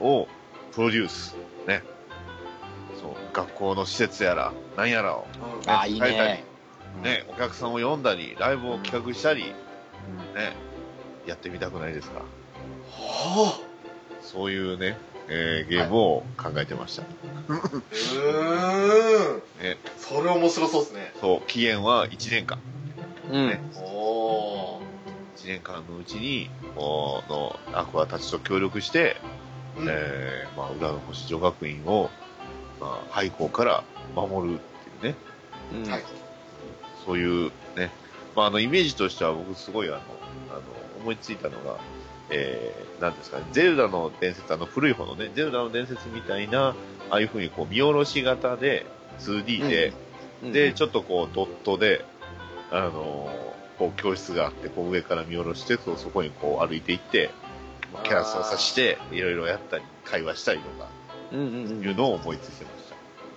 S7: をプロデュース。ね。そう、学校の施設やら、なんやらを、
S5: ああ、いい
S7: 変えたり
S5: ね。
S7: ね、お客さんを呼んだり、ライブを企画したり、ね、やってみたくないですか
S2: は
S7: そういうね、えーゲームを考えてました。
S2: あうーん
S7: ね
S2: それ面白そうですね
S7: そう、期限は1年間。
S5: うん
S7: ね。
S2: おー
S7: 1年間のうちに、このアクアたちと協力して、
S2: うん
S7: えーまあ、裏の星女学院を、まあ、廃校から守るっていうね、
S5: うん
S2: はい
S7: そういうね、まあ、あのイメージとしては僕すごいあのあの思いついたのが、えー、なんですかね、ゼルダの伝説、あの古い方のね、ゼルダの伝説みたいな、ああいうふうにこう見下ろし型で 2D で、で、ちょっとこうドットで、あのーこう教室があって、こう上から見下ろして、そうそこにこう歩いていって、キャラ操作して、いろいろやったり、会話したりとか、
S5: うんうんうん
S7: いうのを思いついてまし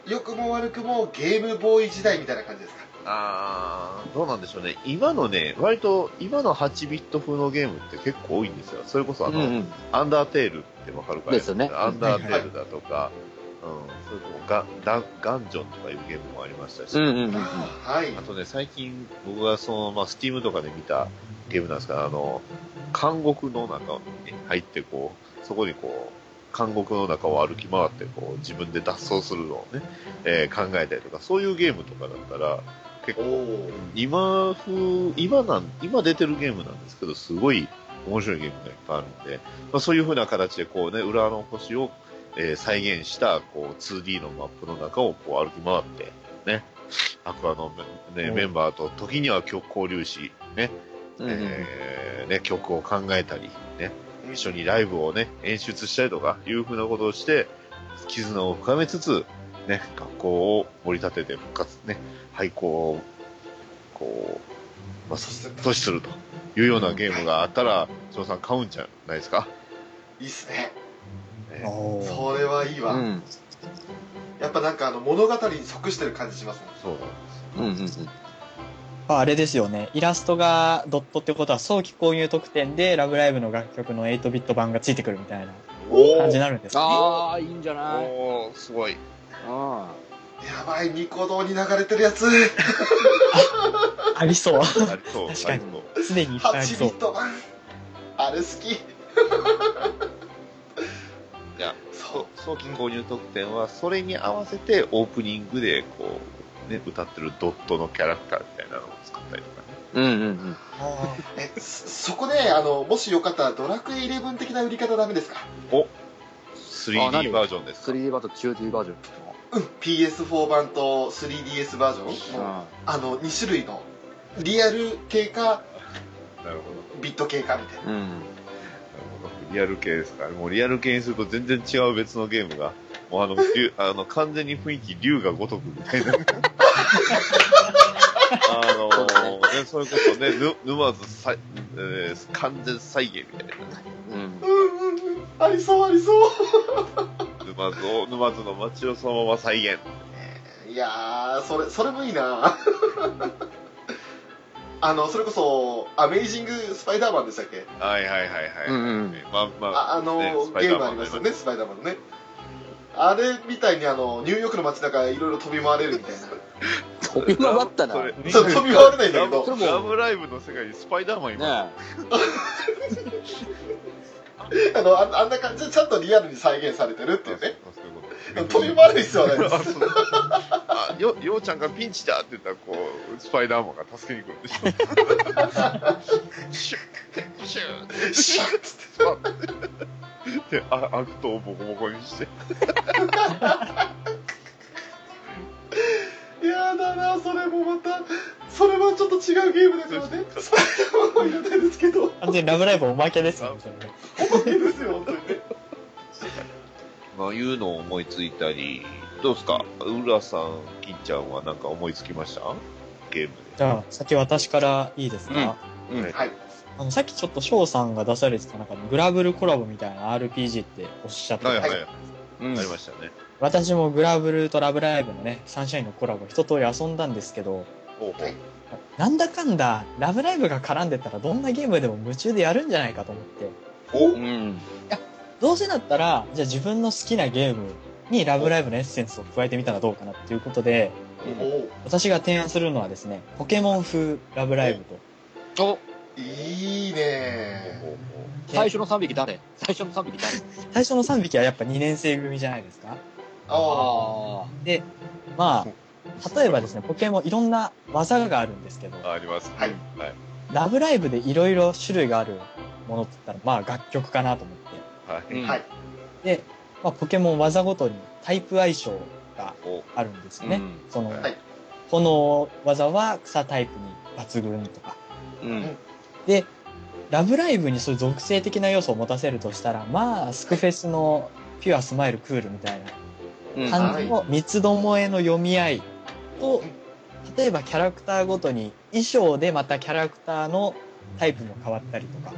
S7: た。
S2: 良くも悪くもゲームボーイ時代みたいな感じですか
S7: あーどうなんでしょうね、今のね、割と今の8ビット風のゲームって結構多いんですよ、それこそあの、
S5: うんうん
S7: アンダーテールってわかるかな
S5: ですよね
S7: アンダーテールだとか、うん、それともガダンガンジョンとかいうゲームもありましたし、
S5: うんうんうん
S2: はい
S7: あとね、最近僕がその、まあ、スティームとかで見たゲームなんですが、あの、監獄の中に入って、こう、そこにこう、監獄の中を歩き回って、こう、自分で脱走するのをね、えー考えたりとか、そういうゲームとかだったら、
S2: おお
S7: 今風、今なん、今出てるゲームなんですけど、すごい面白いゲームがいっぱいあるんで、まあ、そういう風な形でこうね、裏の星を、えー再現した、こう、2D のマップの中をこう歩き回って、ね、アクアのメ,、ね
S6: うん
S7: メンバーと時には曲交流し、ね、
S5: うんうん
S7: えーね、曲を考えたり、ね、一緒にライブをね、演出したりとか、いう風なことをして、絆を深めつつ、ね、学校を盛り立てて復活、ね、廃校を、こう、まあ、
S2: そして
S7: 阻止するというようなゲームがあったら、翔さん買うんじゃないですか。
S2: いいっすね
S7: ね
S6: おー
S2: それはいいわ、
S5: うん
S2: やっぱなんかあの物語に即してる感じしますね
S7: そうだ。
S5: うんうんうん
S6: まああれですよね。イラストがドットってことは早期購入特典でラブライブの楽曲の8ビット版がついてくるみたいな
S2: お
S6: 感
S2: お
S6: じに
S2: や
S6: なるんですか
S5: ああいいんじゃない
S7: おー、すごい。
S5: あ
S2: ばいニコ動に流れてるやつ
S6: ありそう。
S7: ありそ
S6: 確か
S7: う、
S6: に
S7: ありそう
S6: すでにいっぱいあり
S2: 8
S6: そ
S2: ビ
S6: う
S2: ッ。ト版あれ好き
S7: いや
S2: そう
S7: 早期購入特典は、それに合わせてオープニングで、こう、ね、歌ってるドットのキャラクターみたいなのを作ったりとかね。
S5: うんうん
S6: あ
S2: えそそこであのもしよかったらドラクエイレブン的な売り方ダメですか
S5: あ何
S7: 3D バージョンですか。
S5: 3D バージョン 2D バージョン
S2: うん PS4 版と 3DS バージョンの
S5: あ
S2: あの2種類のリアル系か
S7: なるほど。
S2: ビット系かみたいな
S5: あうん
S7: リアル系ですから、もうリアル系にすると全然違う別のゲームが、もうあの、竜あの完全に雰囲気竜が如くみたいな。あのね、それこそね、ぬ沼津再、えー完全再現みたいな。
S5: うん
S2: うんうんうんありそうありそう
S7: 沼津を、沼津の街をそのまま再現。
S2: いやーそれそれもいいな あのそれこそ「アメイジング・スパイダーマン」でしたっけ
S7: はいはいはいはい。
S5: うんうん
S7: まあまあ、
S2: ああの、
S7: ねスパ
S2: ゲ
S7: イ
S2: ーム
S7: ダーマ
S2: あ
S7: ン
S2: りましたよねスパイダーマンのねあれみたいにあのニューヨークの街中いろいろ飛び回れるみたいな
S5: 飛び回ったな
S7: そ
S5: ね
S7: れ
S2: そう飛び回れないんだ
S7: ラ
S2: けど
S7: ブラブライブの世界にスパイダーマンいます。
S5: え
S2: あのああんな感じでちゃんとリアルに再現されてるっていうね
S7: あそういうこと
S2: 飛び回る必要はないです
S7: あそうあよようちゃんがピンチだって言ったらこうスパイダーマンが助けに来るんでしょシュッシュッ
S2: シャッつって
S7: ってあ悪党をボコボコにして
S2: いやだなそれもまたそれはちょっと違うゲームだからねスパイダーマンはいらないですけど
S6: ー完全にラブライブおまけですよね。それね
S2: 本気ですよ本当にね
S7: まあいうのを思いついたりどうですか浦さん金ちゃんはなんか思いつきましたゲーム
S6: じゃあ、先私からいいですか、
S5: うん
S7: はい
S2: はい
S6: あの、さっきちょっと翔さんが出されてた中で、グラブルコラボみたいな RPG っておっしゃってた、
S7: はいはい、
S2: は
S5: うん
S7: ありましたね
S6: 私もグラブルとラブライブのね、サンシャインのコラボ一通り遊んだんですけど、
S7: ほうほう
S6: なんだかんだ、ラブライブが絡んでたらどんなゲームでも夢中でやるんじゃないかと思って、
S5: うん
S6: どうせだったら、じゃあ自分の好きなゲームにラブライブのエッセンスを加えてみたらどうかなっていうことで、
S2: お
S6: 私が提案するのはですね、ポケモン風ラブライブと。
S5: お
S2: いいね
S7: ほうほ
S5: 最初の3匹誰最初の3匹誰
S6: 最初の3匹はやっぱ2年生組じゃないですか
S2: あ
S5: あ
S6: で、まあ、例えばですね、ポケモンいろんな技があるんですけど
S7: う、ああります
S2: はい
S7: はい
S6: ラブライブでいろいろ種類があるものって言ったら、まあ楽曲かなと思って。
S7: はい、
S5: うん
S2: はい
S6: で、まあ、ポケモン技ごとにタイプ相性が
S7: お
S6: あるんです
S5: あ
S6: よね。その、
S7: はい
S6: 炎技は草タイプに抜群とか。
S5: うん。
S6: で、ラブライブにそういう属性的な要素を持たせるとしたら、まあ、スクフェスのピュアスマイルクールみたいな
S5: うん。
S6: 感じの三つどもえの読み合いと、例えばキャラクターごとに衣装でまたキャラクターのタイプも変わったりとか、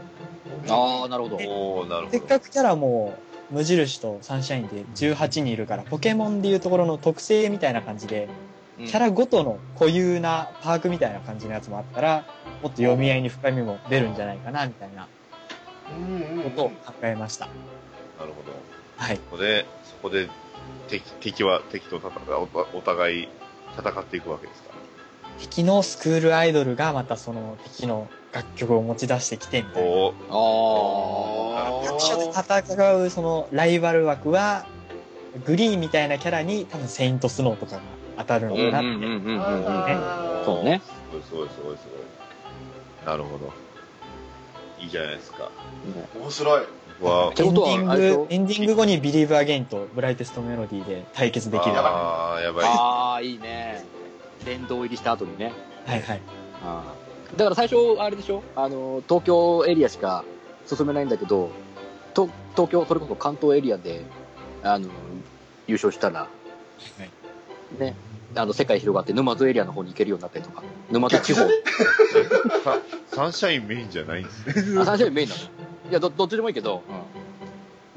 S5: ああ、なるほど。
S7: おーなる
S6: せっ
S7: ほど。
S6: かくキャラも無印とサンシャインで18人いるから、ポケモンでいうところの特性みたいな感じで、
S5: うん
S6: キャラごとの固有なパークみたいな感じのやつもあったら、もっと読み合いに深みも出るんじゃないかな、みたいな
S2: うんうんう
S6: ことを考えました。
S7: なるほど。
S6: はい。
S7: そこで、そこで敵敵は敵と戦うお、お互い戦っていくわけですか。
S6: 敵のスクールアイドルがまたその敵の楽曲を持ち出してきてみたいな。
S7: おー
S5: ああ。
S2: ん。
S6: 役所で戦うそのライバル枠は、グリーンみたいなキャラに多分セイントスノーとかが当たるの
S5: うん
S6: か
S5: うんう
S6: なっ
S5: ん
S6: て。
S5: うんうんうん。
S2: あー
S5: そうね。
S7: すごいすごいすごいすごい。なるほど。いいじゃないですか。
S2: 面白い。
S7: 僕は
S5: っ、
S6: エ
S5: てこ
S6: ンデ
S5: とは
S6: ィン
S5: あれでしょ
S6: グ、エンディング後にビリーブアゲインとブライテストメロディーで対決できる。は
S7: ああ、やばい。
S5: ああ、いいね。殿堂入りした後にね。
S6: いはい。
S5: あーだから最初、あれでしょあの、東京エリアしか進めないんだけど、と東京、それこそ関東エリアで、あの、優勝したら、ね、あの、世界広がって沼津エリアの方に行けるようになったりとか、沼津地方、
S7: ササンシャインメインじゃないんですね。
S5: あ、最初にメインなの。いや、どどっちでもいいけど、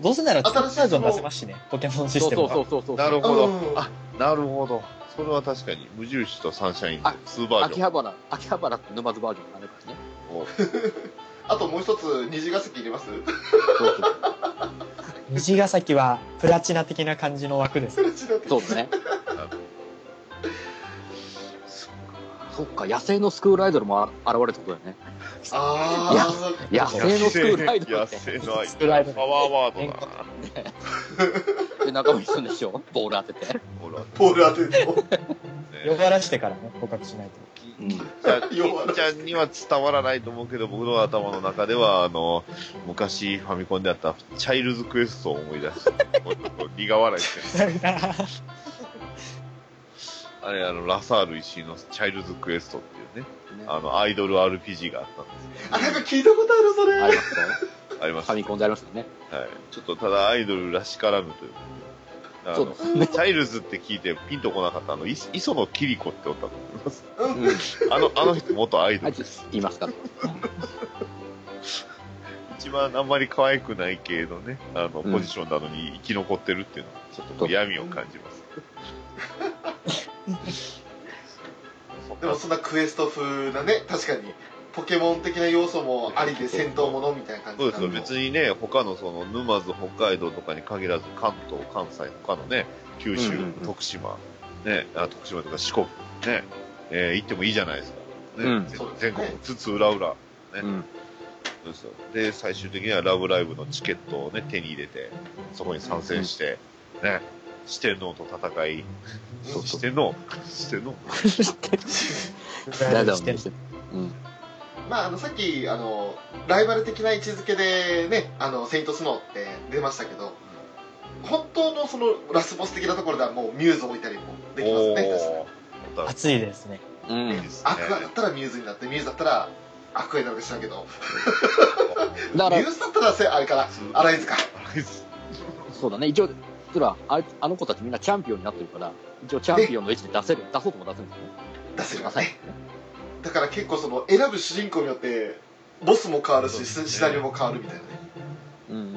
S6: どうせなら
S2: 新しい
S6: バージョン出せますしね、ポケモンシ
S5: そ
S6: ス
S5: う
S6: テ
S5: そ
S6: ム
S5: うそ
S6: は。
S5: うそうそう。
S7: なるほど
S2: うん。
S7: あ、なるほど。それは確かに、無印とサンシャインで
S5: あ、
S7: 2バ
S5: 秋
S7: ージョン
S5: 葉原、秋葉原と沼津バージョンになるからね。
S7: を。
S2: あともう一つ、虹ヶ関入れます
S5: そうそう
S6: 虹ヶ崎はプラチナ的な感じの 枠です。
S5: そうだね。そっか、野生のスクールアイドルもあ現れるってことだよね。
S2: あ
S5: 野生のスクールアイドル
S7: 野
S5: って。
S7: 生のアイ
S6: ス
S7: ド
S6: クールアイドル
S7: ル。パワーワードだな。
S5: で、中森さんでしょボール当てて。
S7: 俺は
S2: あ、ポール当てるの。
S6: 弱らしてからね、捕獲しないと。
S5: うん。
S7: じゃあ、キキちゃんには伝わらないと思うけど、僕の頭の中では、あの、昔ファミコンであった、チャイルズクエストを思い出して、もうちょっと苦笑いしてるあれ、あの、ラサール石井のチャイルズクエストっていうね、あの、アイドル RPG があったんで
S2: あ、なんか聞いたことある、それ。
S5: ありましたよ
S7: すよ。ありま
S5: フ
S7: す。
S5: ァ
S7: はい。
S5: ミコンでありましたね。
S7: ちょっとただアイドルらしからぬというか。あ
S5: そう
S7: のチャイルズって聞いてピンとこなかったあの、い磯野キリコっておったと思います。
S5: うん。
S7: あの、あの人元アイド
S5: あい
S7: ル
S5: つ。言いますか
S7: 一番あんまり可愛くない系のね、あの、
S5: うん
S7: ポジションなのに生き残ってるっていうのは、ちょっとこう闇を感じます。
S2: でもそんなクエスト風なね、確かに。ポケモン的な要素もありで戦闘ものみたいな感じ
S7: そうですよ、
S2: になる
S7: 別にね、他のその、沼津、北海道とかに限らず、関東、関西、他のね、九州、
S5: うんうんうん
S7: 徳島、ね、あ徳島とか四国、ね、えー行ってもいいじゃないですか。ね、
S5: うん
S7: ぜ
S2: そうですね
S7: 全国、津々浦々。
S5: ら。うん。
S7: そうですよで、最終的にはラブライブのチケットをね、手に入れて、そこに参戦して、ね、四天王と戦い、
S5: そうそう
S7: 四天王、四天王
S5: だだしてうん。
S2: まあ、あの、さっき、あの、ライバル的な位置づけでね、あの、セイントスノーって出ましたけど、本当のそのラスボス的なところではもうミューズ置いたりもできますね。
S7: おー
S6: 熱いですね。
S5: うん。
S2: アクアだったらミューズになって、ミューズだったらアクアになるか知らんけど、
S5: だ
S2: ミ
S5: か
S2: ュー
S5: ら、
S2: ズだったらせ、あれかな、アライズか。
S5: そうだね。一応、ほら、あいあの子たちみんなチャンピオンになってるから、一応チャンピオンの位置で出せる、出そうとも出せるんだよね。
S2: 出せます
S5: 出
S2: ね。だから結構その、選ぶ主人公によって、ボスも変わるし、シナリオも変わるみたいなね。
S5: うん。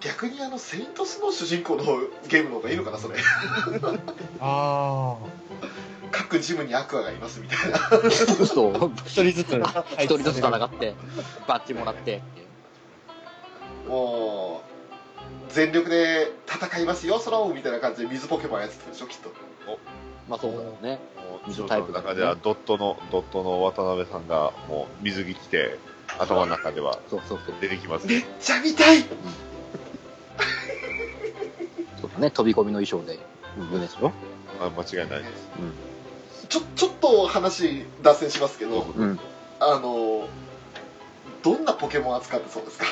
S2: 逆にあの、セイントスノー主人公のゲームの方がいいのかな、それ。
S6: ああ。
S2: 各ジムにアクアがいますみたいな。
S5: そう。
S6: 一人ずつ。
S5: 一人ずつ戦って、バッジもらって。
S2: もう、全力で戦いますよ、空をみたいな感じで水ポケモンやってたでしょ、きっと。
S5: まあそうだよね。
S7: 水の中ではドットの、ドットの渡辺さんが、もう水着着て、頭の中では
S5: そうそうそう。
S7: 出てきます。
S2: めっちゃ見たい
S5: そうだね。飛び込みの衣装で。うん、でしょ
S7: あ間違いないです。
S2: ちょ、ちょっと話、脱線しますけど、
S5: うん。
S2: あの、どんなポケモン扱ってそうですか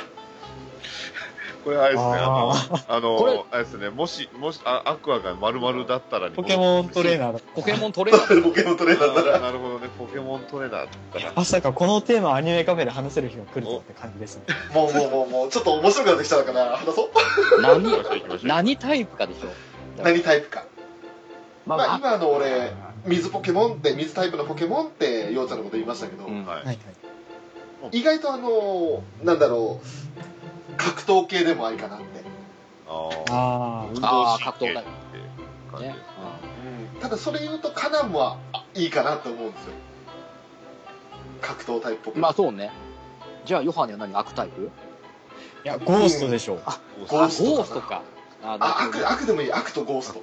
S7: これあれですね、あの、
S6: あー
S7: あ
S5: こ
S7: の
S5: れ、
S7: あれですね、もし、もし、あアクアが丸々だったらに
S6: ポケモントレーナーだ。
S5: ポケモントレーナー
S2: ポケモントレーナーな
S7: あー
S2: ら
S7: なるほどね、ポケモントレーナーだったら。
S6: まさかこのテーマアニメカフェで話せる日が来るとはって感じですね。
S2: もうもうもうもうちょっと面白くなってきたのかな話そう
S5: 何
S7: 行きましょう行きましょう
S5: 何タイプかでしょ
S2: 何タイプか
S5: ま
S2: まあ、今の俺水ポケモンって水タイプのポケモンってようちゃんのこと言いましたけど、
S5: うん
S7: はい
S6: はいはい。
S2: 意外とあのなんだろう格闘系でもありかなって、
S7: ああ。
S6: あ
S7: 運動
S5: あー
S7: 神
S5: 格
S7: 経
S5: 闘
S7: って
S5: だ
S7: 感じ
S5: ね
S7: です。
S2: ただそれ言うとカナンもいいかなと思うんですよ格闘タイプポケ
S5: う
S2: モ
S5: んま
S2: ン
S5: あそうねじゃあヨハネは何悪タイプ
S6: あ。いや、ゴーストでしょう。
S2: ゴー
S5: あ
S2: ストかな
S5: ゴーストかあ
S2: あ
S5: なるほど
S2: 悪悪でもいい悪とゴースト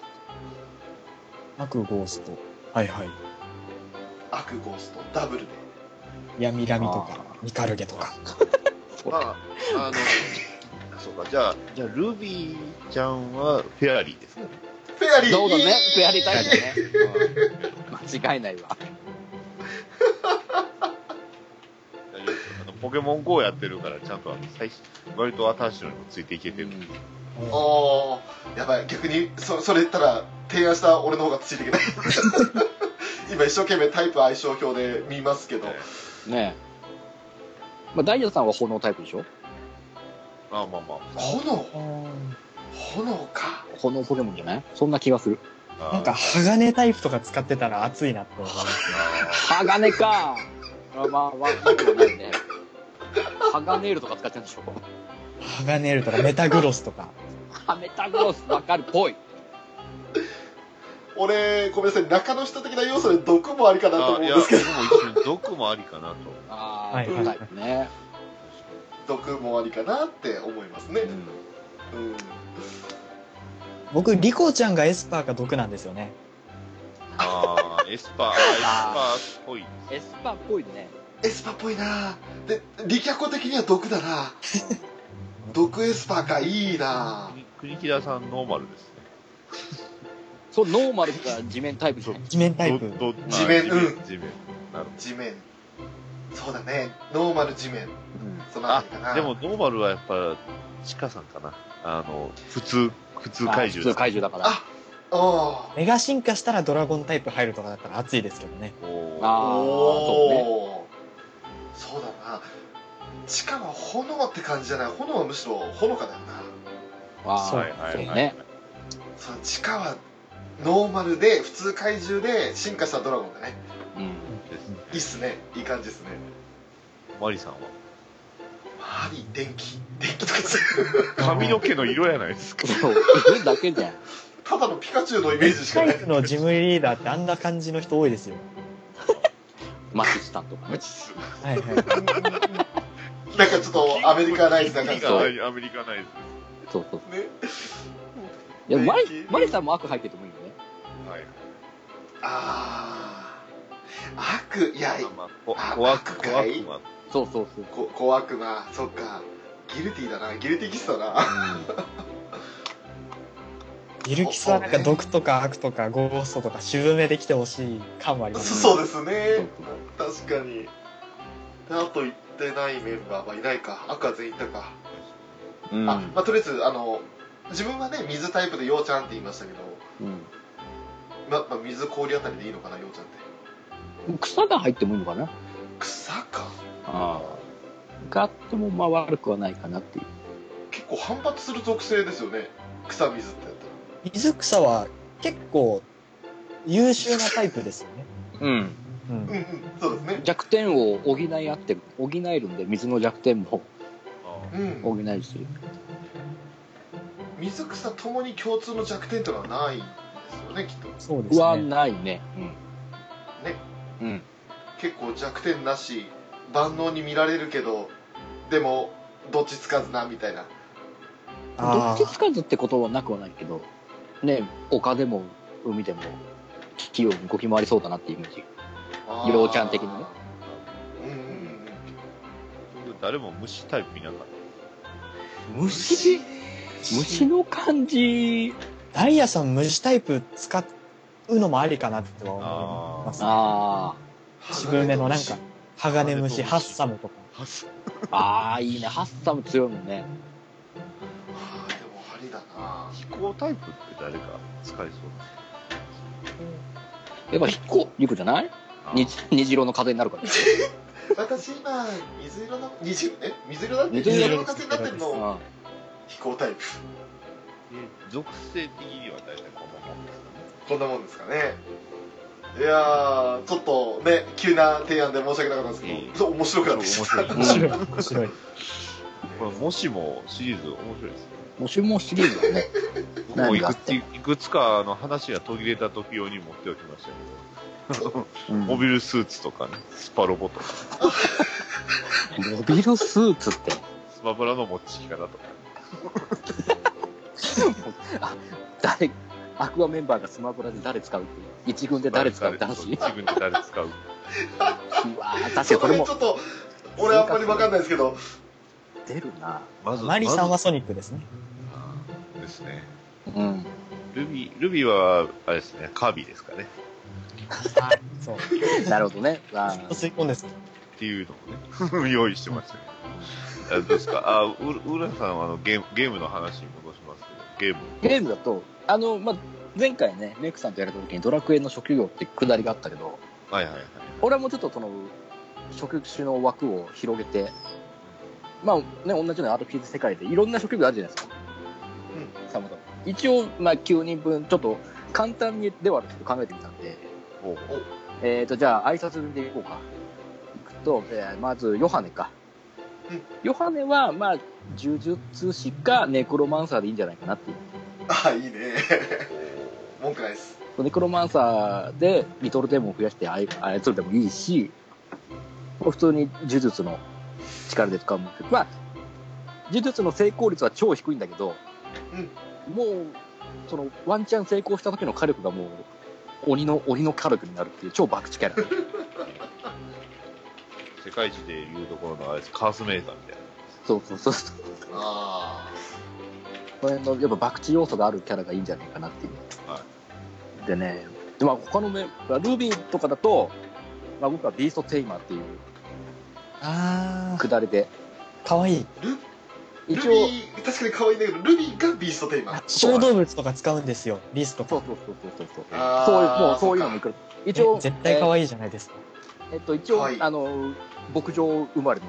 S6: 悪ゴースト。はいはい。
S2: 悪ゴーストダブルで
S6: 闇ラミとか、ミカルゲとか。
S7: まあ、あの、そうか、じゃあ、じゃあ、ルビーちゃんはフェアリーですね。
S2: フェアリー
S5: そうだねフェアリータイ
S2: イ
S5: プ
S2: プ
S5: ねうん間違いないわ
S7: 大丈夫ですよあのポケモン GO やってるから、ちゃんとあの最新割と新しいのにもついていけてる。
S6: お
S2: おーやばい逆にそそれ言ったら提案した俺の方がついていけ ない今一生懸命タイプ相性表で見ますけど、
S7: はい
S5: ねえまあダイヤさんは炎タイプでしょ
S7: まあまあま
S2: 炎
S6: ー
S2: 炎か
S5: 炎ポケモンじゃないそんな気がする
S7: あ。
S6: なんか、鋼タイプとか使ってたら熱いなって思います。
S5: 鋼かあまあ悪くはないね鋼エールとか使っちゃうんでしょ
S6: 鋼エルとか、メタグロスとか。
S5: ハメタグロスばかるっぽい
S2: 俺ごめんなさい中の人的な要素で毒もありかなと
S7: あ
S2: 思う
S7: あ
S2: ん
S7: い
S2: で
S7: や、
S2: すけど
S7: 僕も一緒に毒もありかなと。
S5: ああ、
S6: はい
S5: そうタイプね、
S2: 毒もありかなって思いますね
S5: うん
S2: うん
S6: 僕、リコちゃんがエスパーか毒なんですよね。
S7: ああ、エスパー、あーエスパーっぽい。
S5: エスパーっぽいね
S2: エスパっぽいなで利脚的には毒だな毒エスパかいいな
S7: 国木田さんノーマルですね。
S5: そうノーマルか地面タイプじゃない
S6: 地面タイプ。
S7: どど
S2: 地面
S7: あー
S2: う
S7: 地面。地面
S2: 地面そうだねノーマル地面そのあ
S7: あ
S2: たりかな
S7: でもノーマルはやっぱ、チカさんかな。あの、普通、普通怪
S5: あ普
S7: 獣
S5: 通
S7: です。
S5: 怪獣だから
S2: あおー
S6: メガ進化したらドラゴンタイプ入るとかだったら熱いですけどね。
S7: おー
S5: あーそうね
S2: おーそうだな地下は炎って感じじゃない炎はむしろほのかだよな
S5: あ
S6: そう
S7: はいはいはい
S5: そうね
S2: その地下はノーマルで普通怪獣で進化したドラゴンだね
S5: うん
S7: ですね
S2: いいっすねいい感じですね
S7: マリさんは
S2: マリ電気電気とかつ
S7: 髪の毛の色やないですか。
S5: そう犬だけじゃん
S2: ただのピカチュウのイメージしか
S6: タ
S2: な
S6: イ
S2: い
S6: プのジムリーダーってあんな感じの人多いですよ。
S5: マチスタンとかね
S6: はいはい。
S2: なんかちょっとアメリカナイズな感じ
S5: そう
S2: ね
S7: アメリカナイズです。
S5: そうそういやマリマリさんも悪入っててもいいよね
S7: はい。
S2: ああ悪いや
S7: まあまあ、こ
S2: あ
S7: 怖く、
S2: 悪
S7: 怖
S2: かい
S7: くは。
S5: そうそうそう
S2: こ小悪魔そっかギルティだなギルティキスだな
S6: ギルキスはなんか毒とか悪とかゴーストとか渋めできてほしい感はあります、
S2: そうですね確かにであと言ってないメンバーはいないか赤全員いたか、
S5: うん
S2: あ、まあ、とりあえずあの自分はね水タイプでようちゃんって言いましたけど、
S5: う
S2: ままあ、水氷あたりでいいのかなようちゃんって
S5: ん、草が入ってもいいのかな
S2: 草か
S5: あがあってもまあ悪くはないかなっていう
S2: 結構反発する属性ですよね草水ってやったら
S6: 水草は結構優秀なタイプですよね。
S5: うん
S6: うん
S2: うんうんそうですね
S5: 弱点を補い合ってる補えるんで水の弱点も
S7: あ
S2: うん
S5: 補えるし
S2: 水草ともに共通の弱点というのはないんですよねきっと
S6: そうです
S5: は
S6: ね。
S5: ないね
S2: ね
S5: うん、うん、
S2: 結構弱点なし万能に見られるけどでもどっちつかずなみたいな
S5: ど
S6: あ
S5: っちつかずってことはなくはないけどね丘でも海でも器用に動き回りそうだなっていうイメージーようちゃん的なね
S2: うんうんうん
S7: 誰も虫タイプいなかった。
S5: 虫虫の感じ
S6: あ、ダイヤさん虫タイプ使うのもありかなっては思います。
S5: あ
S6: 渋めのなんか、鋼虫、ハッサムとか。
S5: ーあーいいねハッサム強いもんね
S7: 飛行タイプって誰か使えそう
S5: やっぱ、こう、リクじゃない
S7: な
S5: に虹色の風になるから。
S2: 私今水色の20え水色だって
S5: 水
S2: 水
S5: 色
S2: 色の風になってるの
S5: うん
S2: 飛行タイプ
S7: 属性的には大体こんなもんです
S2: こんなもんですかねいやーちょっとね急な提案で申し訳なかったんですけど、
S7: うん
S2: ちょっと面白くなってきました
S7: 面
S6: 面白い、面白い。
S7: これもしもシリーズ面白いですね
S5: もしもシリーズだね。
S7: もう
S5: 何
S7: い
S5: があ
S7: く
S5: っ
S7: つ
S5: て
S7: いくつかあの話が途切れた時用に持っておきましたけど
S5: うん
S7: モビルスーツとかねスパロボとか
S5: モビルスーツって、
S7: スマブラの持ちき方とか
S5: 誰、アクアメンバーがスマブラで誰使うっていう一軍で誰使うって
S7: 誰
S5: 話
S7: そう
S5: う
S7: 自分で誰使う
S5: わー確か
S2: そ
S5: にこ
S2: こ
S5: れ
S2: ね
S5: も
S2: ちょっと俺あんまり分かんないですけど
S5: 出るな。
S7: まず
S6: マリさん
S7: ま
S6: はソニックですね。
S7: ずですね
S5: うん。
S7: ルビールビーはあれですねカービィですかね
S6: そう。
S5: なるほどね。あー
S6: 吸い込んです。
S7: っていうのをね 用意してましたけどあどうですかあう浦さんはあのゲームゲームの話に戻しますけどゲー
S5: ゲ
S7: ム
S5: ームだと、あの、まあ、前回ね、メイクさんとやれた時にドラクエの職業ってくだりがあったけど、
S7: はいはいはい
S5: 俺はもうちょっとその、職種の枠を広げて、まあね、同じような RPG 世界でいろんな職業あるじゃないですか。さまざま一応、まあ、9人分、ちょっと簡単にではあるけど考えてみたんで、
S7: おう
S5: えーと、じゃあ、挨拶順でいこうか。いくと、えーまず、ヨハネか
S2: うん。
S5: ヨハネは、まあ、呪術師かネクロマンサーでいいんじゃないかなっていう。
S2: あいいね文句ないです
S5: ネクロマンサーでリトルデーモンを増やしてあい操るでもいいし、普通に呪術の力で使うもん。まあ、呪術の成功率は超低いんだけど、もう、その、ワンチャン成功した時の火力がもう、鬼の、鬼の火力になるっていう超爆地キャラ。
S7: 世界一でいうところのあれですカースメーターみたいな
S5: そうそうそうそう。
S2: あ
S5: この辺のやっぱ博打要素があるキャラがいいんじゃないかなっていう。
S7: は
S5: でね、でまあ、他のメンバー、ルビーとかだと、まあ、僕はビーストテイマーっていう
S6: あ
S5: くだりで、
S6: ー、かわいい。
S2: ール
S5: 一
S2: ビ
S5: 応、
S2: ー確かに可愛いんだけどルビーがビーストテーマ
S6: 小動物とか使うんですよ。ビースト
S5: そう
S6: とか。
S5: そうそうそうそうそう。
S2: あー
S5: そういう、もうそういうのもい
S2: そ
S5: く。一応、
S6: ね絶対か
S5: い
S6: わいいじゃないですか。
S5: えーえっと、一応、
S2: はい
S5: あの、牧場生まれ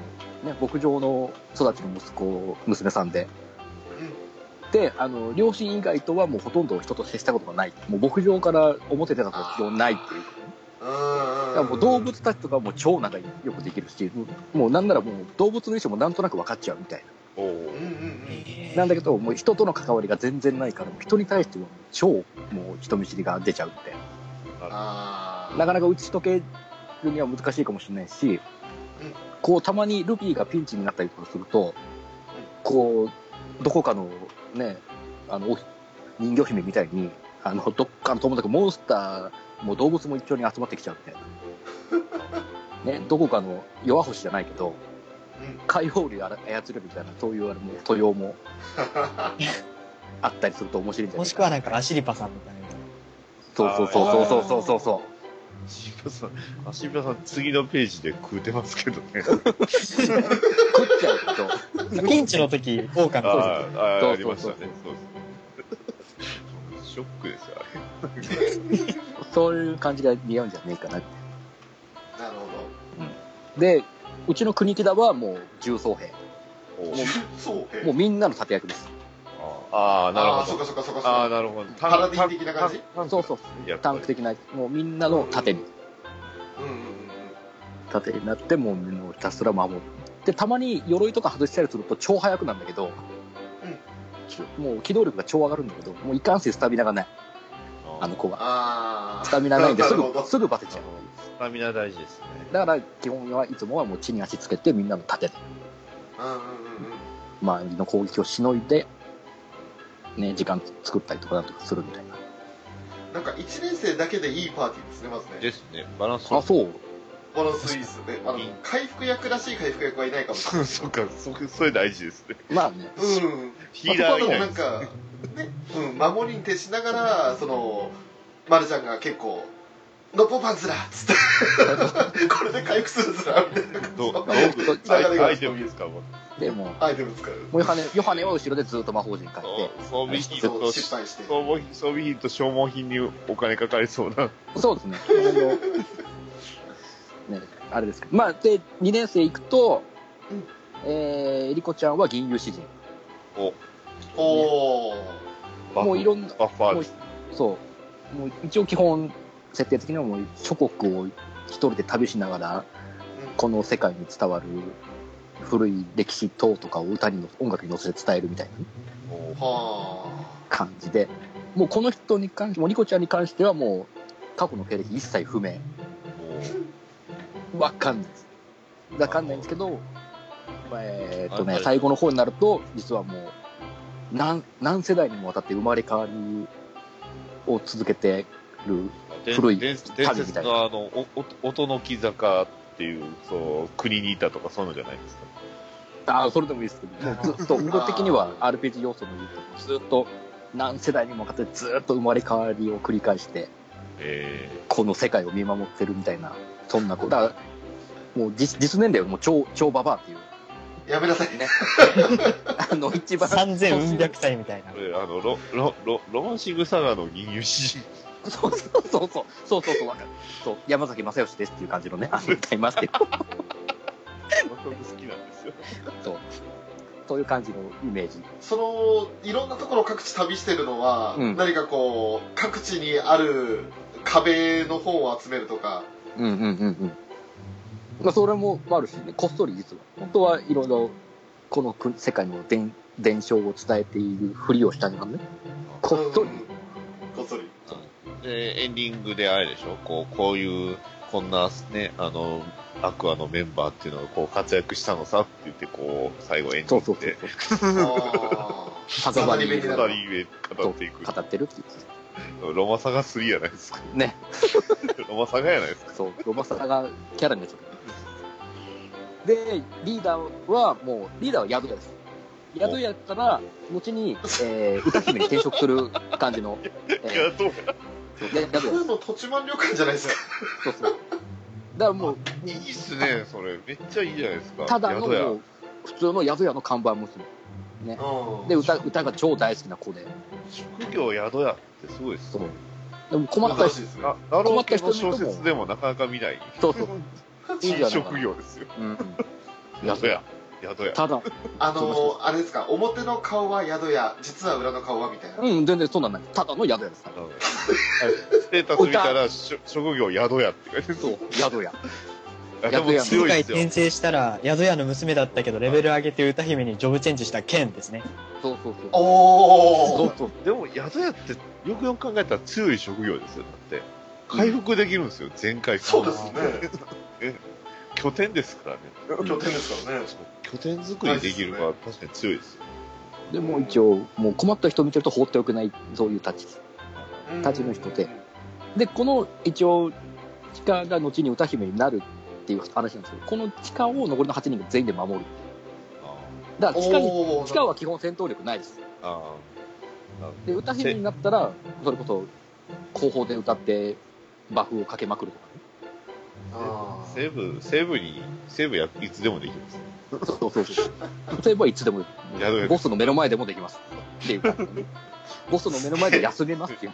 S5: の、ね、牧場の育ちの息子、娘さんで。で、あの、両親以外とはもうほとんど人と接したことがない。もう牧場から表出たことは基本ないっていう。だか
S2: う
S5: ら
S2: ん
S5: もう動物たちとかも超仲良くできるし、もうなんならもう動物の意思もなんとなく分かっちゃうみたいな。
S7: おお
S2: うんうんうん
S5: なんだけど、もう人との関わりが全然ないから、人に対しても超もう人見知りが出ちゃうって。
S2: あー
S5: なかなか打ち解けるには難しいかもしれないし、こうたまにルビーがピンチになったりとかすると、こう、どこかのね、あの、お人魚姫みたいに、あの、どっかの友達、モンスターも動物も一緒に集まってきちゃうみたいな。 ね、どこかの弱星じゃないけど、
S2: うん
S5: 海王竜操れるみたいな、そういうあれも、豊用もあったりすると面白いんじゃな
S6: も
S5: い
S6: し
S5: か
S6: くはなんかアシリパさんみたいな。
S5: そうそうそうそうそうそうそう。
S7: シーバさん、あシーバさん、次のページで食うてますけどね。
S5: 食っちゃうけど。
S6: ピンチの時、オオカミ
S7: あ
S6: と
S7: あ
S6: か。
S7: ああ、あり
S5: そ
S7: ま
S5: う
S7: した
S5: そうそう
S7: ね。そうです。ショックですよ、あ
S5: そういう感じが似合うんじゃねえかな。
S2: なるほど
S5: で、うちの国木田はもう重装兵。
S7: れ。
S5: もう
S2: そうえ
S5: もうみんなの盾役です。
S7: ああ、なる
S2: あーそ
S7: ほ
S2: っかそ
S7: ど。
S2: っかそっかそっ
S7: ああ、
S2: か
S7: なるほど。
S2: パラディン的な感じ
S7: タンク
S5: そうそう。
S7: やっ
S5: タ
S7: ぱり
S5: ンク的な、もうみんなの盾に、
S2: うんうんうん
S5: 盾になって、もうみんなをひたすら守る。で、たまに鎧とか外したりすると超速くなんだけど、きもう機動力が超上がるんだけど、もういかんせんスタミナがない、あの子が。
S2: ああ
S5: スタミナないんで
S2: な
S5: す
S2: るほ
S5: ぐ、
S2: ど
S5: すぐバテちゃう。
S7: スタミナ大事ですね。
S5: だから基本はいつもはもう地に足つけてみんなの盾で、
S2: うんうんうんうん
S5: 周りの攻撃をしのいで、ね、時間作ったりとかなんとかするみたいな。
S2: なんか1年生だけでいいパーティーですねまずね
S7: ですね。バランス。
S5: あ、そう。
S2: バランスいいですねあの
S7: いい
S2: 回復役らしい回復役はいないかもしれ
S7: そう そうか、そうそれ大事ですね。
S5: まあ ね。
S2: ないうん
S7: ヒーラー
S2: そ
S7: 以
S2: こはでもなん
S7: 外。
S2: か、ね、うん、守りに徹しながら、その、まるちゃんが結構、ノポパンズラっつ って、これで回復するズラみたいな感じの
S7: ど道具、
S2: 流れが
S7: アイテムですか、もう。
S5: でも
S2: アイテム使う。
S5: うヨハネヨハネを後ろでずっと魔法陣買って
S7: 装備品
S2: そ
S7: と
S2: う、失敗して。
S7: 装備品装備品と消耗品にお金かかりそうな。
S5: そうですね。 この辺をね、あれですけど。まあ、で、2年生行くと、
S2: うん
S5: えー、リコちゃんは銀融詩人。
S7: お
S2: おー。
S7: バフ
S5: もういろんな
S7: バッファーです。
S5: そう。もう一応基本、設定的にはもう諸国を一人で旅しながら、この世界に伝わる古い歴史等とかを歌にの、音楽に乗せて伝えるみたいな
S7: お
S2: は
S5: 感じで、もうこの人に関して、もうリコちゃんに関してはもう、過去の経歴一切不明。わかんないです。わかんないんですけど、まあえーっと
S7: あ
S5: ね
S7: れ、
S5: 最後の方になると、実はもう、何、何世代にもわたって生まれ変わりを続けてる、
S7: で
S5: 古い
S7: 伝伝説のあの、おお音の木坂っていう、そう、国にいたとかそういうのじゃないですか。
S5: ああ、それでもいいですけど、もうずっと、運動的には RPG 要素もいいけど、ずっと、何世代にもわたってずっと生まれ変わりを繰り返して、
S7: え
S5: この世界を見守ってるみたいな、そんな子。だから、もう実実年齢はもう超、超ババアっていう、
S2: ー。やめなさい。
S5: あの、一番。
S6: 3000うん百歳みたい
S7: ー
S6: な
S7: こ。れ、あの、ロ、ロ、ロ、ロマンシングサガの銀融詩人。
S5: そうそうそうそう、そうそうそう、わかる。そう、山崎正義ですっていう感じ のね、あの歌いますけど、
S7: 僕好きなんですよ。
S5: そういう感じのイメージ。
S2: そのいろんなところ各地旅してるのは、
S5: うん
S2: 何かこう各地にある壁の本を集めるとか
S5: うんうんうんうん。まあ、それもあるしね、こっそり実は。本当はいろいろ、この国世界の伝伝承を伝えているふりをしたりとかね、こっそり
S2: うん、こっそり
S7: で、エンディングであれでしょ、こう、こういう、こんなね、あの、アクアのメンバーっていうのがこう活躍したのさって言って、こう、最後エンデ
S5: そ
S7: ィ
S5: うそ
S7: ン
S5: う
S7: グ
S5: そう
S7: で、、
S2: あ
S5: 風間に
S2: 語り部になる
S7: 語り部語っていく。
S5: 語ってるっていう。
S7: ロマサガ3やないですか。
S5: ね、
S7: ロマサガやないですか。
S5: そう、ロマサがキャラになっちゃった。で、リーダーはもう、リーダーは宿屋です。宿屋から、後に、えー、歌姫に転職する感じの、え
S7: いや、
S5: ー、
S7: どう
S5: そうで宿
S2: ー
S5: 屋
S2: こういうの土地満旅館じゃないですか
S5: そうそう。だからもう、
S7: いいっすね、それ。めっちゃいいじゃないですか。
S5: ただの
S7: 宿屋
S5: もう、普通の宿屋の看板娘。
S2: うん
S5: で、歌、歌が超大好きな子で。
S7: 職業宿屋ってすごいっす
S5: そう
S7: ね。。
S5: でも困った
S2: 珍しいで
S5: 人、
S2: すね
S7: あ、なる
S5: 困
S7: ほ
S5: った人
S7: ど。
S5: の人も
S7: 小説でもなかなか見ない。
S5: そうそう。いいんじゃない
S7: 新
S5: か
S7: 職
S5: な。
S7: 業ですよ。
S5: うんうん。
S7: 宿屋。宿屋。
S5: ただ、
S2: あのーあれですか表の顔は宿屋実は裏の顔はみたいな、
S5: うん、全然そんなんない。ただの宿屋です。
S7: なのでステータス見たら、しょ職業宿屋って書いてる。
S5: そう、宿屋。
S7: あでも
S5: 宿屋
S7: 強
S6: 世
S7: いで
S6: 界
S7: すよ。
S6: 転生したら、宿屋の娘だったけど、レベル上げて歌姫にジョブチェンジした剣ですね。
S5: そうそうそう。
S2: お
S5: そ
S2: お
S5: うそう。
S7: でも宿屋って、よくよく考えたら強い職業ですよ。だって、回復できるんですよ、全回復。
S2: そうですね
S7: 拠点ですからね。
S2: 拠点ですからね
S7: 拠点作りできるのは確かに強いですよ。
S5: でもう一応、もう困った人見てると放っておけない、そういう立ち位置。
S2: うん
S5: 立ちの人でで、この一応、地下が後に歌姫になるっていう話なんですけど、この地下を残りの8人が全員で守る。だから地下に
S2: おー
S5: 地下は基本戦闘力ないです。
S7: ああ。
S5: で、歌姫になったら、それこそ、後方で歌って、バフをかけまくるとかね。
S2: あー
S7: セーブ、セーブに、セーブや、いつでもできます。
S5: そうそうそう。例えばいつでも
S7: やる、
S5: ボスの目の前でもできます。っていう か、ボスの目の前で休めますっていう、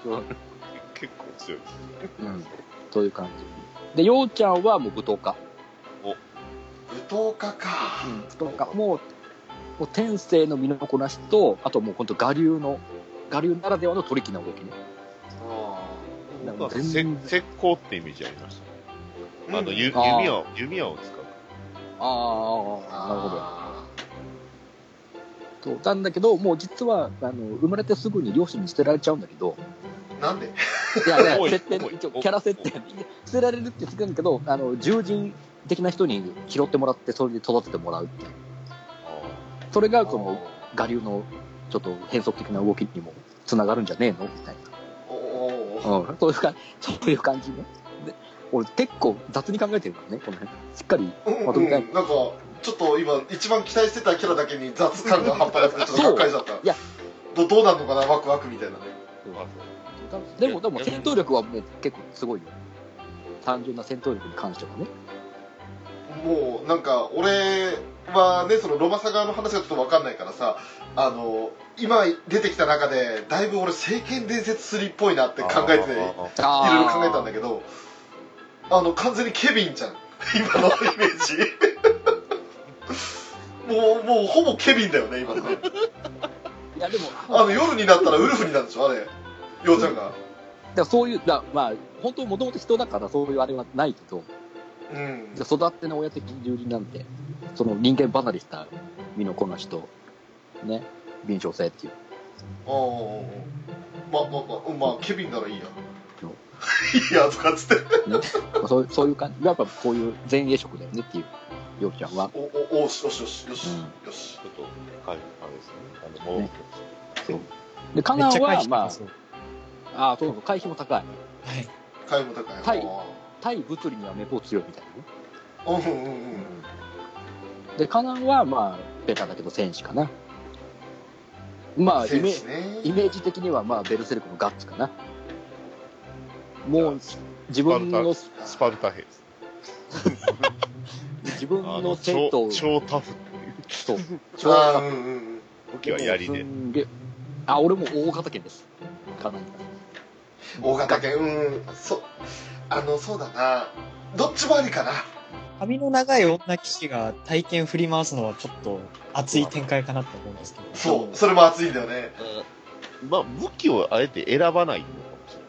S7: 結構強いです。
S5: うん、そういう感じ。で、ようちゃんはもう舞踏家。
S2: 舞踏家か
S5: うん、舞踏家。もう、もう天性の身のこなしと、あともう本当我流の、我流ならではのトリキな動きね。
S2: あ
S5: なん
S7: 僕
S5: か
S7: は
S5: 全
S7: 石
S5: 然
S7: 石膏ってイメージありました。
S2: ー
S7: あの、ゆ
S2: うん
S7: 弓矢、弓矢を使う。
S5: ああ、なるほど。
S2: あ
S5: そうなんだけど、もう実は、あの、生まれてすぐに両親に捨てられちゃうんだけ ど、
S2: ーなんで
S5: いや、
S7: 重
S5: ね、
S7: い
S5: 設定
S7: 重い
S5: 一応キャラ設定で捨てられるって言ってたんだけど、あの、獣人的な人に拾ってもらって、それで育ててもらうっていう。それが、この、我流の、ちょっと変則的な動きにもつながるんじゃねえのみたい
S2: おおー
S5: な。うん。そういうか、そういう感じね。で、俺結構雑に考えてるからね、この辺。しっかり。
S2: うん
S5: まとめたい
S2: うんなんかちょっと今一番期待してたキャラだけに雑感が半端なくてちょっとがっかりしちゃったい
S5: や
S2: どどうなんのかなワクワクみたいなね
S7: あ
S5: でも、でも戦闘力はもう結構すごいよ。
S7: あ
S5: 単純な戦闘力に関してはね
S2: もうなんか俺はねそのロマサガの話がちょっと分かんないからさあの今出てきた中でだいぶ俺「聖剣伝説3」っぽいなって考えていろい
S7: あ
S5: あ
S2: ろ考えたんだけどあの完全にケビンじゃん 今のイメージ もうもうほぼケビンだよね今のね
S5: いやでも
S2: あの夜になったらウルフになるでしょあれようちゃんが
S5: だからそういうだまあ本当もともと人だからそういうあれはないけど
S2: うん
S5: 育ての親的従人なんてその人間離れした身のこなしとね敏捷性っていう
S2: ああまあまあまあ、うんまあ、ケビンならいいや いいやとかっつって
S5: まあそうそういう感じやっぱこういう前衛色だよねっていう陽ちゃんは
S2: おおおしよしよしよし
S5: う
S2: よし
S7: ちょっと、はい、あれですね。あの、もう、
S5: ねでカ
S6: め
S5: ナ
S6: っ
S5: ン
S6: ちゃ回
S5: は
S6: 避
S5: まあ
S6: そう
S5: ああそうそう回避も高い
S6: はい。
S2: 買いも高い
S5: はい
S2: あ
S5: 対物理にはめぽう強いみたいなね
S2: あうんうんうん
S5: でカナンはまあベタだけど戦士かなまあイ
S2: 選
S5: メ
S2: 手ね
S5: イメージ的にはまあベルセルクのガッツかなもう自分の
S7: スパルタ兵です。
S5: 自分
S7: あ
S5: の
S7: 超
S5: 手と
S7: 超タフ。
S5: そう
S2: ああうんうんうん
S7: 武器は槍で。
S5: すんげえあ俺も大型犬ですカナン
S2: 大型犬うんそあのそうだなどっちもありかな
S6: 髪の長い女騎士が体験振り回すのはちょっと熱い展開かなと思うんですけど。
S2: そうそれも熱いんだよね
S7: まあ、武器をあえて選ばないのかもしれないですね。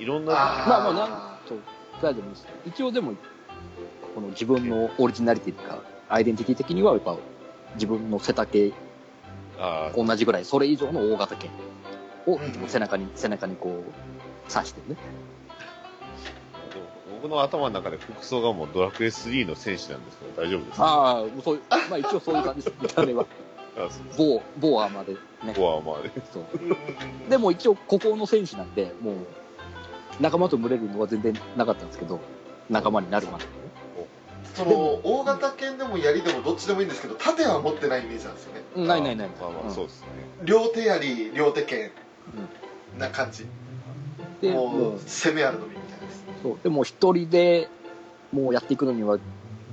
S7: いろんな、
S2: あー
S5: まあまあなんと大丈夫です一応でもこの自分のオリジナリティとかアイデンティティ的にはやっぱ自分の背丈
S7: あー
S5: 同じぐらいそれ以上の大型犬を背中に背中にこう刺してるね
S7: でも僕の頭の中で服装がもうドラクエ3の戦士なんですけど、大丈夫ですか
S5: ああそういうまあ一応そういう感じです見た目は
S7: あそうです
S5: 某某アーマーでね
S7: ここはまあね。
S5: そう
S2: うんうんうん
S5: でも一応孤高の戦士なんでもう仲間と群れるのは全然なかったんですけど仲間になるまで
S2: その大型犬でも槍でもどっちでもいいんですけど盾は持ってないイメージなんですよね
S5: うんないないない
S7: まあま
S5: う
S7: あ、
S5: ん
S7: そうですね。
S2: 両手槍両手剣な感じ
S5: で
S2: も
S5: も
S2: う
S5: う
S2: 攻めあるのみみたいです
S5: そうでも一人でもうやっていくのには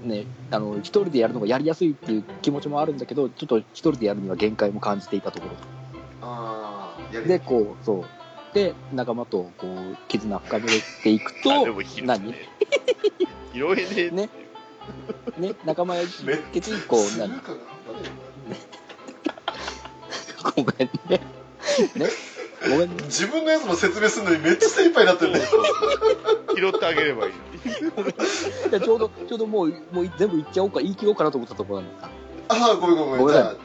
S5: ねあの一人でやるのがやりやすいっていう気持ちもあるんだけどちょっと一人でやるには限界も感じていたとこ
S2: ああ
S5: ろ
S2: 槍
S5: でこうそうで仲間とこう絆深めていく
S7: あで
S5: と
S7: も広い
S5: 何
S7: ね。広いね。
S5: ね ね仲間やき
S2: めっ
S5: けてこう
S2: な
S5: 何
S2: んか頑張れよ
S5: ごめんね ねごめんね
S2: 自分のやつも説明するのにめっちゃ精一杯になってる ね
S7: 拾ってあげればいい。
S5: いやちょうど、ちょうどもう、もう全部言っちゃおうか、言い切ろうかなと思ったところなんですか。
S2: ああごめんごめん
S5: ごめん
S2: じゃあ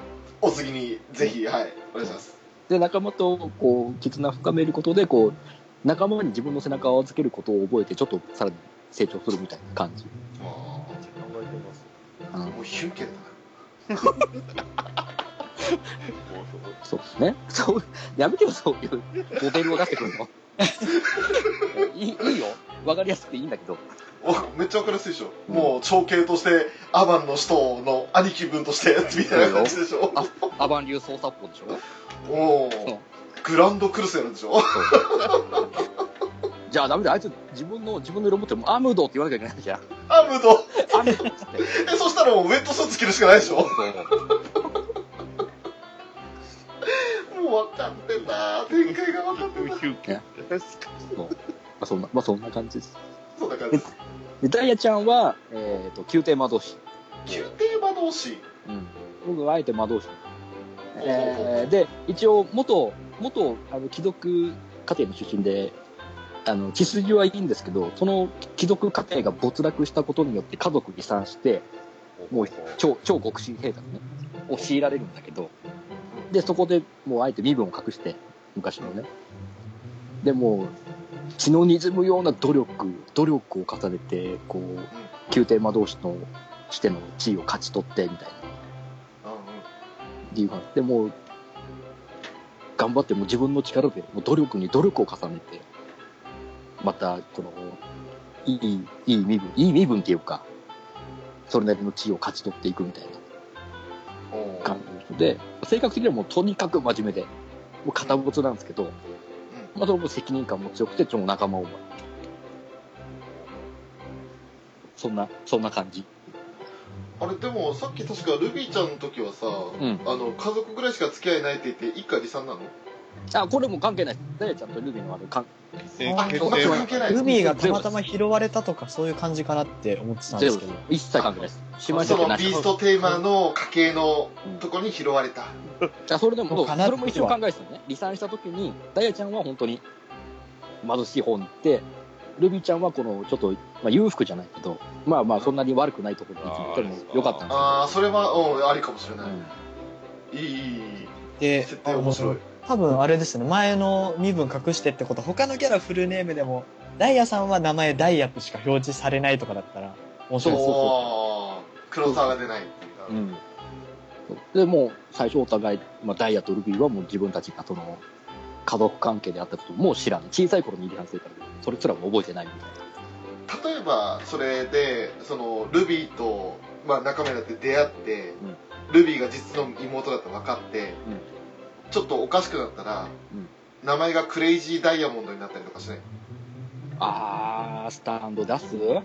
S2: お次にぜひはいお願いします
S5: で、仲間と、こう、絆深めることで、こう、仲間に自分の背中を預けることを覚えて、ちょっとさらに成長するみたいな感じ。
S2: も
S5: うん
S2: うヒュンケルだな
S5: そうですね。そう、やめてよ、そういうモデルを出してくるの。 いい、いいよ。わかりやすくていいんだけど。
S2: おめっちゃ分かりやすいでしょ、
S5: うん
S2: もう長兄としてアバンの使徒の兄貴分としてみたいな感じでしょ
S5: あアバン流捜査法でしょ
S2: おお
S5: そう
S2: グランドクルセルでしょ
S5: じゃあダメだ、あいつ自分の、自分の色持ってるもアムドって言わなきゃいけないじゃん。
S2: アムド
S5: アムドっつって。
S2: えそしたらもうウェットスーツ着るしかないでしょもう分かってた展開が分かってた
S7: ヒューケンですか
S5: そうまあそんな、まあそんな感じです。
S2: そんな感じです
S5: でダイヤちゃんは、えー、と宮廷魔導士、
S2: 宮廷魔導士
S5: うん、僕はあえて魔導士、
S2: お
S5: えーで一応元元あの貴族家庭の出身であの血筋はいいんですけどその貴族家庭が没落したことによって家族離散してもう超超極真兵団ねを強いられるんだけどでそこでもうあえて身分を隠して昔のねでもう血の滲むような努力努力を重ねてこう宮廷魔導士のしての地位を勝ち取ってみたいな理由があってもう頑張ってもう自分の力でもう努力に努力を重ねてまたこのいいいい身分いい身分っていうかそれなりの地位を勝ち取っていくみたいな
S2: うんうんおー
S5: 感じで性格的にはもうとにかく真面目でもう堅物なんですけど、まあ、それも責任感も強くてちょっと仲間思いそんな、そんな感じ。
S2: あれでもさっき確かルビーちゃんの時はさ、
S5: ん
S2: あの家族ぐらいしか付き合いないって言って一家離散なの
S5: あ、これも関係ない。ね、ちゃんとルビーのあれ、かん
S7: え
S6: あ
S7: 決
S2: そんな
S7: 定
S2: 関係ない
S6: ルビーがたまたま拾われたとかそういう感じかなって思ってたん
S5: ゼ
S6: で
S5: ロで
S6: すけ
S5: す
S6: ど。
S5: 一切関係ないです。しまし
S2: そ
S5: たけ
S2: の
S5: な
S2: ビ
S5: し
S2: ー。ストテーマの家系のとこに拾われた、
S5: じゃあそれでも
S6: そ
S5: そうう
S6: かな
S5: それも一応考えてたのね離散した時にダイヤちゃんは本当に貧しい方に行ってルビーちゃんはこのちょっと、まあ、裕福じゃないけどまあまあそんなに悪くないところに行ってるのもよかったんで
S2: ああそれはうんありかもしれ
S5: す
S2: な
S5: よ、うん
S2: い、いいいいいい
S6: で
S2: 設、定面白い
S6: 多分あれですね、前の身分隠してってこと、他のキャラフルネームでも、ダイヤさんは名前ダイヤとしか表示されないとかだったら、面
S5: そうそう
S6: 白いです。
S2: おー黒沢が出ないっていうか
S5: うんでもう最初お互い、まあ、ダイヤとルビーはもう自分たちがその家族関係であったこともう知らない小さい頃に離散してるからそれすらも覚えてないみたいな
S2: 例えばそれでそのルビーと、まあ、仲間になって出会って、ルビーが実の妹だと分かって、
S5: うん
S2: ちょっとおかしくなったら、
S5: うん
S2: 名前がクレイジーダイヤモンドになったりとかしない
S5: あースタンド出すね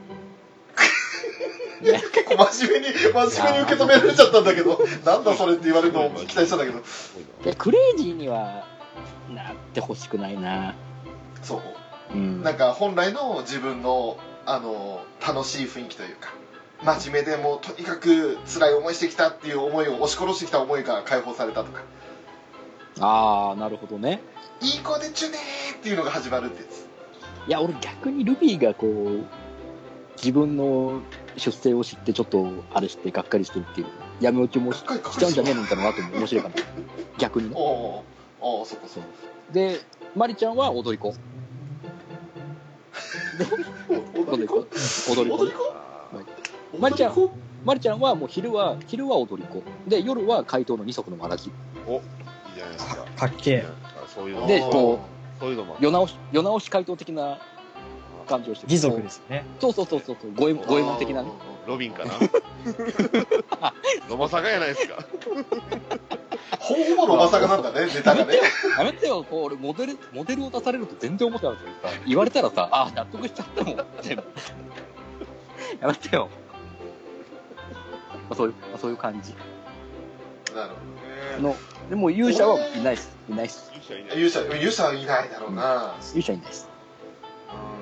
S2: 結構真面目に真面目に受け止められちゃったんだけ どなんだそれって言われるのを期待したんだけど
S5: いやクレイジーにはなってほしくないな
S2: そう
S5: うん
S2: なんか本来の自分のあの楽しい雰囲気というか真面目でもうとにかく辛い思いしてきたっていう思いを押し殺してきた思いが解放されたとか
S5: ああなるほどね
S2: いい子でちゅねーっていうのが始まるってやつ
S5: いや俺逆にルビーがこう自分の出生を知ってちょっとあれしてがっかりしてるっていうやめ落ちもし
S2: かっこいいかっこいい
S5: ちゃうんじゃねえのかなとも面白いかな逆にね
S2: おうおうおうそっかそ
S5: そ
S2: っ
S5: う
S2: か
S5: でマリちゃんは踊り子踊り子踊り子
S2: 踊り子
S5: マリちゃん
S2: 踊り
S5: マリちゃんはもう昼は昼は踊り子で夜は怪盗の二足のわらじ
S7: いいじゃないですか。
S6: かっけえ。
S7: そういう
S2: 子
S7: の
S5: で
S2: おう
S5: こ
S7: そういうのもある
S5: 世直し世直し怪盗的な感じをして
S6: 義足ですよね。
S5: そうそうそうそうそうゴエモンゴエモン的なね
S7: ロビンかな。ロマサガやないですか。
S2: ほぼほぼのまさかなんだねネタがね
S5: やめてよ、こう俺モデル、モデルを出されると全然思ってなかったけどさ、言われたらさ、ああ、納得しちゃったも ん、全部。やめてよ。まあ、そういう、まあ、そういう感じ
S2: なるほどね
S5: の、でも勇者はいないです。いないです。
S2: 勇者勇者はいないだろうな、
S5: 勇者いないです。
S2: う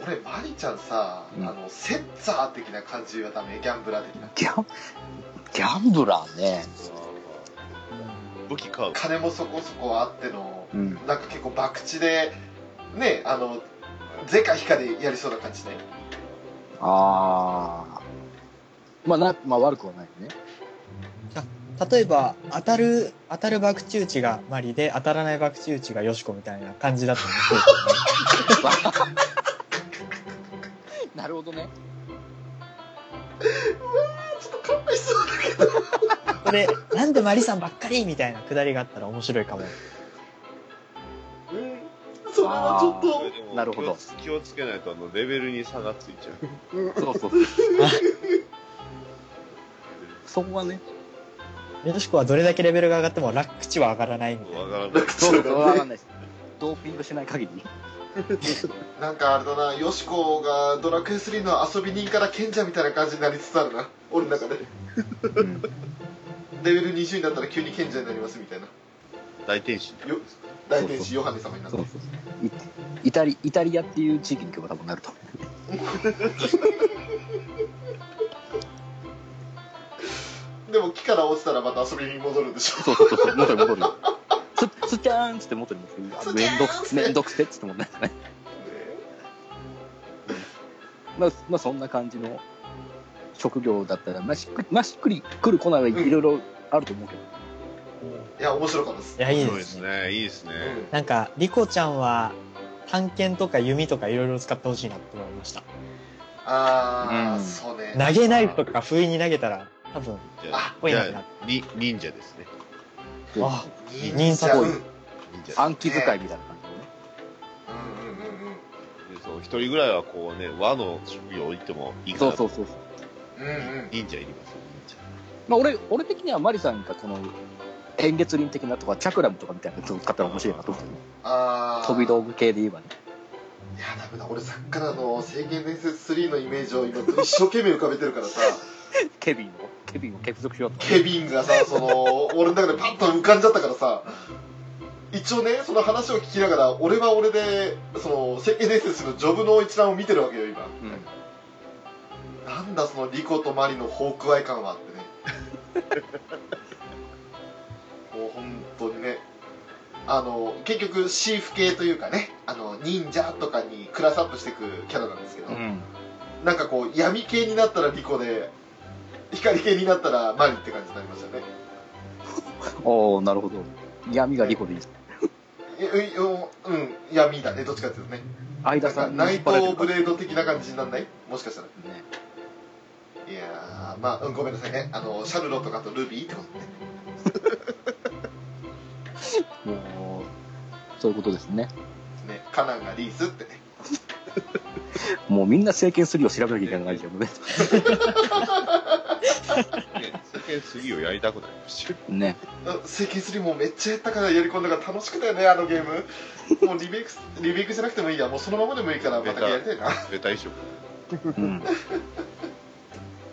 S2: ん俺マリちゃんさ、
S5: うん
S2: あのセッツァー的な感じはダメギャンブラー的な
S5: ギャン、ギャンブラーね。
S7: 武器買う。
S2: 金もそこそこあっての
S5: うん。
S2: なんか結構博打でねあのゼかヒかでやりそうな感じね
S5: ああ。まあ、な、まあ悪くはないね。
S6: 例えば、当たる、当たる爆打打ちがマリで、当たらない爆打打ちがヨシコみたいな感じだと思
S5: なるほどね。
S2: ちょっと勘弁しそうだけど
S6: う。これ、なんでマリさんばっかりみたいなくだりがあったら面白いかも。
S2: それはちょっ
S5: あ
S2: と
S5: なるほど
S7: 気をつけないとあのレベルに差がついちゃう。
S5: そう そう。そこはね、
S6: ヨシコはどれだけレベルが上がっても楽口は上がらないみたいな。
S7: わからない。
S5: そうそう、わかんないです。ドーピングしない限り。
S2: なんかあれだなヨシコがドラクエ3の遊び人から賢者みたいな感じになりつつあるな俺の中で
S5: うん
S2: レベル20になったら急に賢者になりますみたいな
S7: 大天使。
S2: よ大天使ヨハネ様になって
S5: そうそうそうイイタリイタリアっていう地域に行けば多分なると思
S2: でも木から落ちたらまた遊びに戻るんでしょ
S5: うそうそうそう元に戻るよすすっちゃ ーんっつって元に戻る
S2: すっちゃーん
S5: めんどくめんどくせっつってもなんかねまあ、まあ、そんな感じの職業だったらまあしっくり,、まあ、しっくりくるこないはいろいろあると思うけど、
S2: いや面白かったです
S6: いや、いい
S7: そう
S6: で
S7: ですす
S6: ね。
S7: ね。いいですね。
S2: う
S6: なんか、リコちゃんは、探検とか弓とかいろいろ使ってほしいなって思いました。
S2: んああ、
S5: うん
S2: そうね
S6: 投げナイフとか不意に投げたら、多分、
S7: じゃあ
S6: あ
S7: じゃあに忍者ですね。
S6: あ、忍
S2: 忍
S6: 者
S2: 者
S6: っ
S2: う
S6: ぽい
S2: ん
S7: 忍者。
S5: 暗記使いみたいな感じのね
S2: うんうんうんうん
S7: そう一人ぐらいはこうね和の職業行ってもいいか
S5: そ
S7: な
S5: う
S7: と。
S5: そうそうそ
S2: うん
S5: う、
S2: うん
S7: 忍者いりますよ。
S5: まあ、俺俺的にはマリさんがこの円月輪的なとかチャクラムとかみたいなやつを使ったら面白いなと思って
S2: ああ
S5: 飛び道具系で言えばね
S2: いやダメだ俺さっきからあの「聖剣伝説3」のイメージを今一生懸命浮かべてるから さ
S5: ケビンを、ケビンを結束しようと。
S2: ケビンがさその俺の中でパッと浮かんじゃったからさ一応ねその話を聞きながら俺は俺でその聖剣伝説のジョブの一覧を見てるわけよ今
S5: うん。
S2: なんだそのリコとマリのホークアイ感はってね もう本当にねあの結局シーフ系というかねあの忍者とかにクラスアップしていくキャラなんですけど、
S5: うん。
S2: なんかこう闇系になったらリコで光系になったらマリって感じになりましたね
S5: おー、なるほど。闇がリコでいいです。
S2: いいいうん闇だねどっちかっていうとね
S5: 間
S2: な
S5: さ
S2: ん
S5: ん
S2: かナイト・ブ
S5: レ
S2: レード的な感じになんないもしかしたら
S5: ね。
S2: いやーまあ、うんごめんなさいねあのシャルロとかとルビーってことね
S5: もう、そういうことですね。
S2: ねカナンがリースってね
S5: もうみんな政権3を調べなきゃいけないじゃんね。
S7: 世間3をやりたくなりましたよ
S5: ね。
S2: 聖剣3もめっちゃやったからやり込んだから楽しくたよねあのゲームもうリメイクすリメイクじゃなくてもいいやもうそのままでもいいからまたやりたいな
S7: ベタ移植
S5: うん。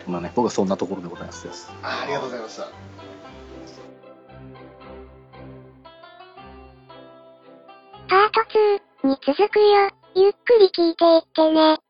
S5: まあね、僕はそんなところでございますよ。
S2: あありがとうございました
S4: パート2に続くよ。ゆっくり聞いていってね。